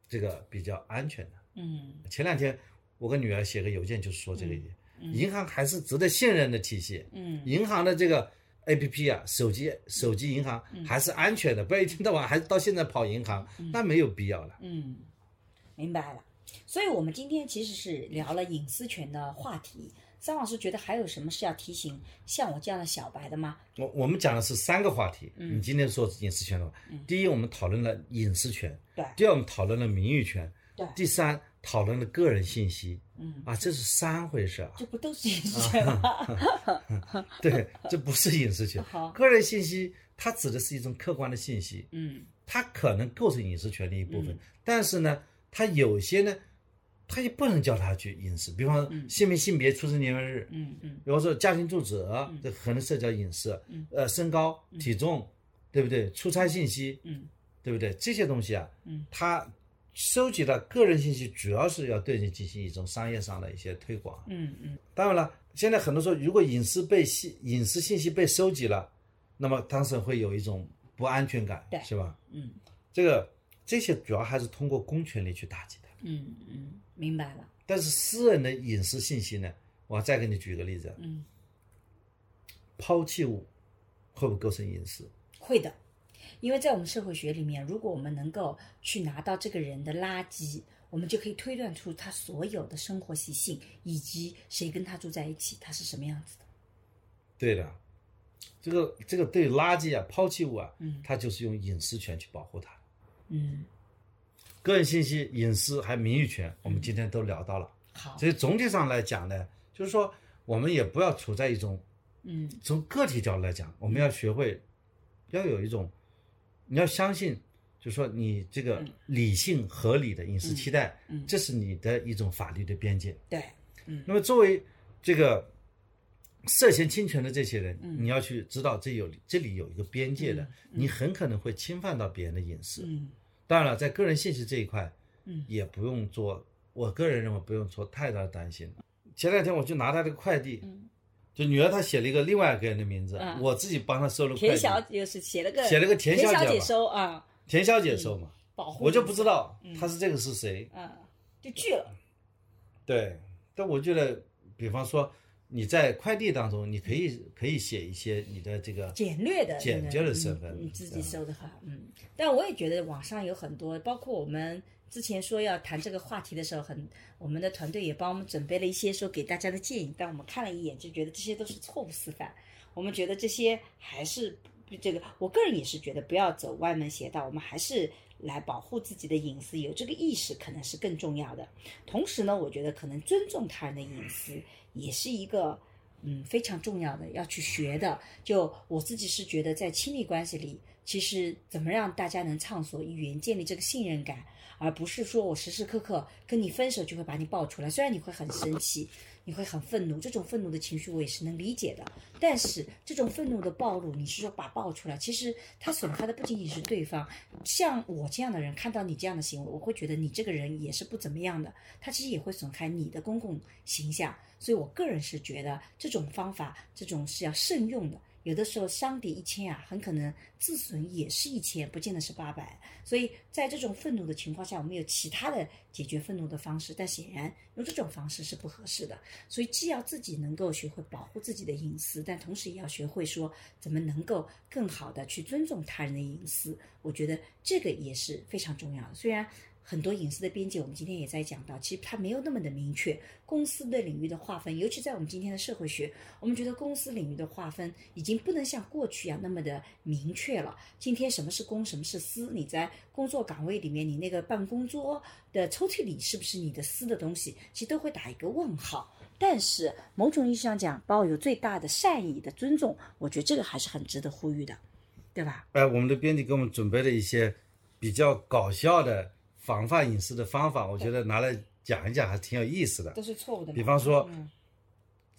这个比较安全的。
嗯
前两天我跟女儿写个邮件，就是说这个一点，
嗯
银行还是值得信任的体系。
嗯
银行的这个 A P P 啊，手机手机银行
嗯
还是安全的，不要一天到晚还到现在跑银行，那没有必要了。
嗯，明白了。所以我们今天其实是聊了隐私权的话题，张老师觉得还有什么是要提醒像我这样的小白的吗？
我我们讲的是三个话题，
嗯
你今天说隐私权的话，第一我们讨论了隐私权，
对
第二我们讨论了名誉权，
对
第三讨论了个人信息，
嗯，
啊，这是三回事啊，啊
这不都是隐私权 吗？
对，这不是隐私权
好，
个人信息它指的是一种客观的信息，
嗯
它可能构成隐私权的一部分，
嗯
但是呢，它有些呢，它也不能叫它去隐私，比方
嗯
姓名、性别、出生年月日，
嗯嗯
比方说家庭住址，
嗯
这可能涉及到隐私，
嗯
呃，身高、体重，对不对？出差信息，
嗯
对不对？这些东西啊，
嗯
它收集了个人信息，主要是要对你进行一种商业上的一些推广。
嗯嗯，
当然了，现在很多时候，如果隐私被信隐私信息被收集了，那么当事人会有一种不安全感，
对
是吧？
嗯
这个这些主要还是通过公权力去打击的。
嗯嗯，明白了。
但是私人的隐私信息呢，我再给你举个例子，
嗯，
抛弃物会不会构成隐私？
会的，因为在我们社会学里面，如果我们能够去拿到这个人的垃圾，我们就可以推断出他所有的生活习性，以及谁跟他住在一起，他是什么样子的。
对的，这个这个对垃圾啊、抛弃物啊，
嗯
它就是用隐私权去保护它。
嗯，
个人信息、隐私还有名誉权，我们今天都聊到了。
好，
所以总体上来讲呢，就是说我们也不要处在一种
嗯
从个体角度来讲，我们要学会要有一种，你要相信，就是说你这个
嗯
理性合理的隐私期待，
嗯，
这是你的一种法律的边界。
对，嗯
那么作为这个涉嫌侵权的这些人，
嗯
你要去知道这有这里有一个边界的，
嗯
你很可能会侵犯到别人的隐私。
嗯
当然了，在个人信息这一块，
嗯
也不用做，我个人认为不用做太大的担心。前两天我去拿她的快递，
嗯，
就女儿她写了一个另外一个人的名字，
嗯
我自己帮她收了快递，
田小姐是写了个
写了个田
田
小姐吧
姐收啊，
田小姐收嘛，
保护
我就不知道
嗯
她是这个是谁。
啊，就拒了。
对，但我觉得，比方说你在快递当中，你可以可以写一些你的这个
嗯简略的
简
那个
略的身份啊
嗯，嗯自己
对吧
搜的话，嗯，但我也觉得网上有很多，包括我们之前说要谈这个话题的时候，很我们的团队也帮我们准备了一些说给大家的建议，但我们看了一眼就觉得这些都是错误示范，我们觉得这些还是这个，我个人也是觉得不要走歪门邪道，我们还是来保护自己的隐私，有这个意识可能是更重要的。同时呢，我觉得可能尊重他人的隐私也是一个。嗯，非常重要的要去学的。就我自己是觉得，在亲密关系里，其实怎么让大家能畅所欲言，建立这个信任感，而不是说我时时刻刻跟你分手就会把你爆出来。虽然你会很生气，你会很愤怒，这种愤怒的情绪我也是能理解的。但是这种愤怒的暴露，你是说把爆出来，其实它损害的不仅仅是对方。像我这样的人看到你这样的行为，我会觉得你这个人也是不怎么样的，他其实也会损害你的公共形象。所以我个人是觉得这种方法，这种是要慎用的。有的时候伤敌一千啊，很可能自损也是一千，不见得是八百。所以在这种愤怒的情况下，我们有其他的解决愤怒的方式，但显然用这种方式是不合适的。所以既要自己能够学会保护自己的隐私，但同时也要学会说怎么能够更好的去尊重他人的隐私。我觉得这个也是非常重要的。虽然很多隐私的边界，我们今天也在讲到，其实它没有那么的明确。公司的领域的划分，尤其在我们今天的社会学，我们觉得公司领域的划分已经不能像过去一样那么的明确了。今天什么是公，什么是私？你在工作岗位里面，你那个办公桌的抽屉里是不是你的私的东西？其实都会打一个问号。但是某种意义上讲，抱有最大的善意的尊重，我觉得这个还是很值得呼吁的，对吧？
哎，我们的编辑给我们准备了一些比较搞笑的防范隐私的方法，我觉得拿来讲一讲还挺有意思的。
是错误的嘛
比方说
嗯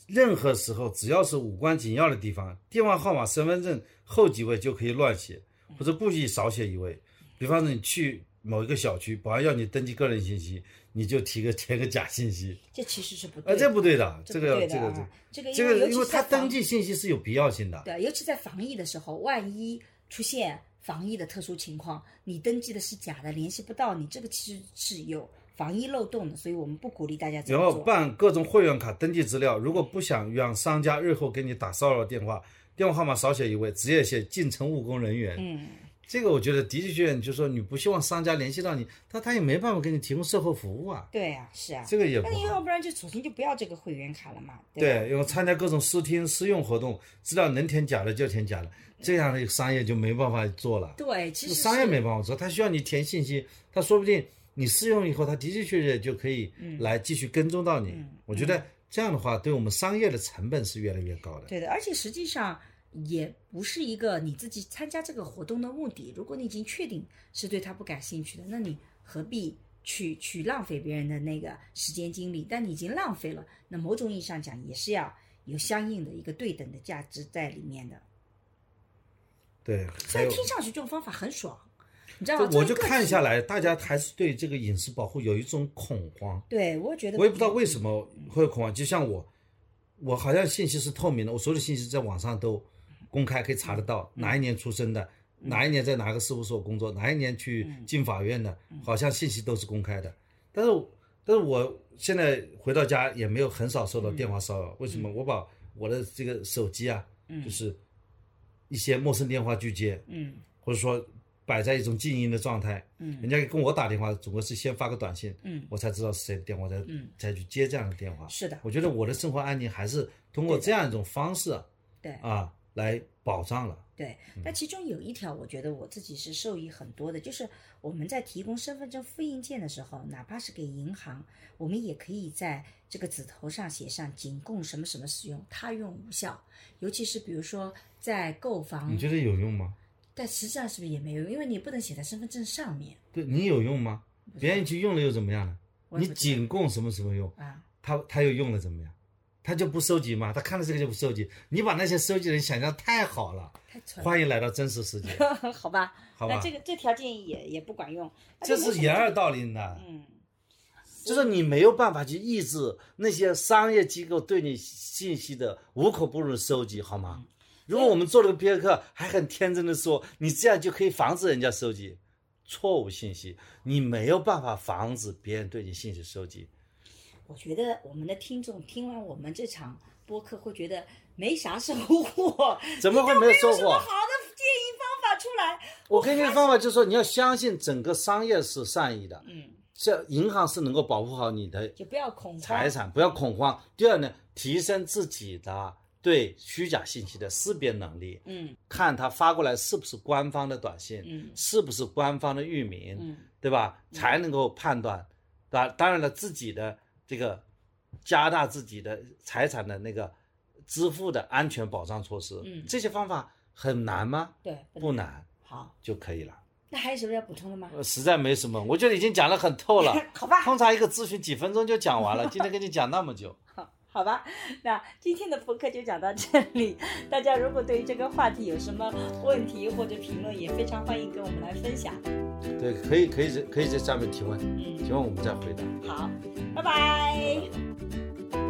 任何时候只要是无关紧要的地方，电话号码、身份证后几位就可以乱写，
嗯
或者故意少写一位。比方说你去某一个小区，保安要你登记个人信息，你就提个填个假信息，
这其实是不
啊，
对的，
这不对的，
这
这
不
个
对
要
的
这个
啊这个
这
因为尤
个，
其
因为
是
他
在防
登记信息是有必要性的。
对，尤其在防疫的时候，万一出现防疫的特殊情况，你登记的是假的，联系不到你，这个其实是有防疫漏洞的，所以我们不鼓励大家这
然
么
后
做。
办各种会员卡登记资料，如果不想让商家日后给你打骚扰电话，电话号码少写一位，只也写进城务工人员。
嗯，
这个我觉得的的确确，就是说你不希望商家联系到你，但他也没办法给你提供售后服务啊，
对啊，是啊。
这个也不
那要
好。
不然就索性就不要这个会员卡了嘛，吧？
对，要参加各种试听、试用活动，资料能填假的就填假的，这样的商业就没办法做了。
对，其实是
商业没办法做，他需要你填信息，他说不定你试用以后，他的的确确就可以来继续跟踪到你。
嗯
我觉得这样的话，对我们商业的成本是越来越高的。
对的，而且实际上也不是一个你自己参加这个活动的目的。如果你已经确定是对他不感兴趣的，那你何必去去浪费别人的那个时间精力？但你已经浪费了，那某种意义上讲也是要有相应的一个对等的价值在里面的。
对，
虽
还有
然听上去这种方法很爽，你知道吗？
这我
作
就
为个体
看下，来，大家还是对这个隐私保护有一种恐慌。
对我也觉得
我也不知道为什么会有恐慌。就像我，我好像信息是透明的，我所有的信息在网上都公开可以查得到，哪一年出生的，哪一年在哪个事务所工作，哪一年去进法院的，好像信息都是公开的。但是我，但是我现在回到家也没有很少受到电话骚扰，为什么？我把我的这个手机啊，就是一些陌生电话拒接，
嗯
或者说摆在一种静音的状态。
嗯
人家跟我打电话，总归是先发个短信，
嗯，
我才知道是谁的电话，才、
嗯
才去接这样的电话。
是的，
我觉得我的生活安宁还是通过
对的
这样一种方式啊
对。
啊来保障了。
对，
嗯
那其中有一条，我觉得我自己是受益很多的，就是我们在提供身份证复印件的时候，哪怕是给银行，我们也可以在这个纸头上写上“仅供什么什么使用，他用无效”。尤其是比如说在购房
你，觉得有用吗？
但实际上是不是也没有用？因为你不能写在身份证上面。
对你有用吗？别人去用了又怎么样呢？
我
你
也不知道
仅供什么什么用，
啊，
他他又用了怎么样？他就不收集嘛，他看了这个就不收集。你把那些收集的人想象太好了，
太蠢了，
欢迎来到真实世界，
好吧？
好
那
吧
这？个这条建议也也不管用，那
这
就没
是
什么
掩耳盗铃的。
嗯。
就是你没有办法去抑制那些商业机构对你信息的无孔不入的收集，好吗？如果我们做了个别克，还很天真的说你这样就可以防止人家收集错误信息，你没有办法防止别人对你信息收集。
我觉得我们的听众听完我们这场播客会觉得没啥收获，
怎么会没有收获
你都没有什么好的建议方法出来，
我给你的方法就是说，你要相信整个商业是善意的，
嗯，
这银行是能够保护好你的
就不要恐慌。
财产，不要恐慌。第二呢，提升自己的对虚假信息的识别能力。
嗯
看他发过来是不是官方的短信，
嗯
是不是官方的域名，
嗯
对吧？才能够判断。当、当然了，自己的这个加大自己的财产的那个支付的安全保障措施，
嗯
这些方法很难吗？
对，
不难
好。
就可以了。
那还有什么要补充的吗？
呃，实在没什么，我觉得已经讲得很透了。
好吧，
通常一个咨询几分钟就讲完了，今天跟你讲那么久，
好，好吧，那今天的播客就讲到这里。大家如果对于这个话题有什么问题或者评论，也非常欢迎跟我们来分享。
对，可以可以在可以在下面提问，
嗯，
提问我们再回答。
好，拜拜。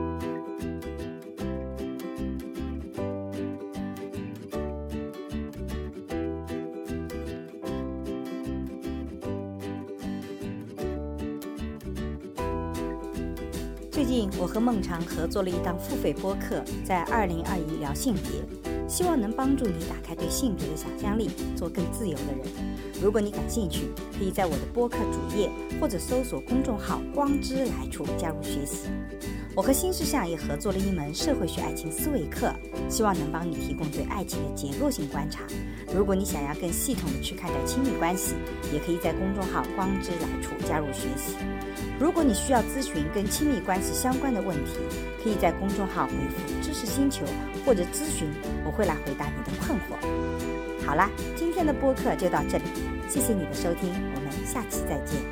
最近我和孟尝合作了一档付费播客，在二零二一聊性别，希望能帮助你打开对性别的想象力，做更自由的人。如果你感兴趣，可以在我的播客主页或者搜索公众号“光之来处”加入学习。我和新事项也合作了一门社会学爱情思维课，希望能帮你提供对爱情的结构性观察。如果你想要更系统的去看待亲密关系，也可以在公众号“光之来处”加入学习。如果你需要咨询跟亲密关系相关的问题，可以在公众号回复“知识星球”或者咨询，我会来回答你的困惑。好啦，今天的播客就到这里，谢谢你的收听，我们下期再见。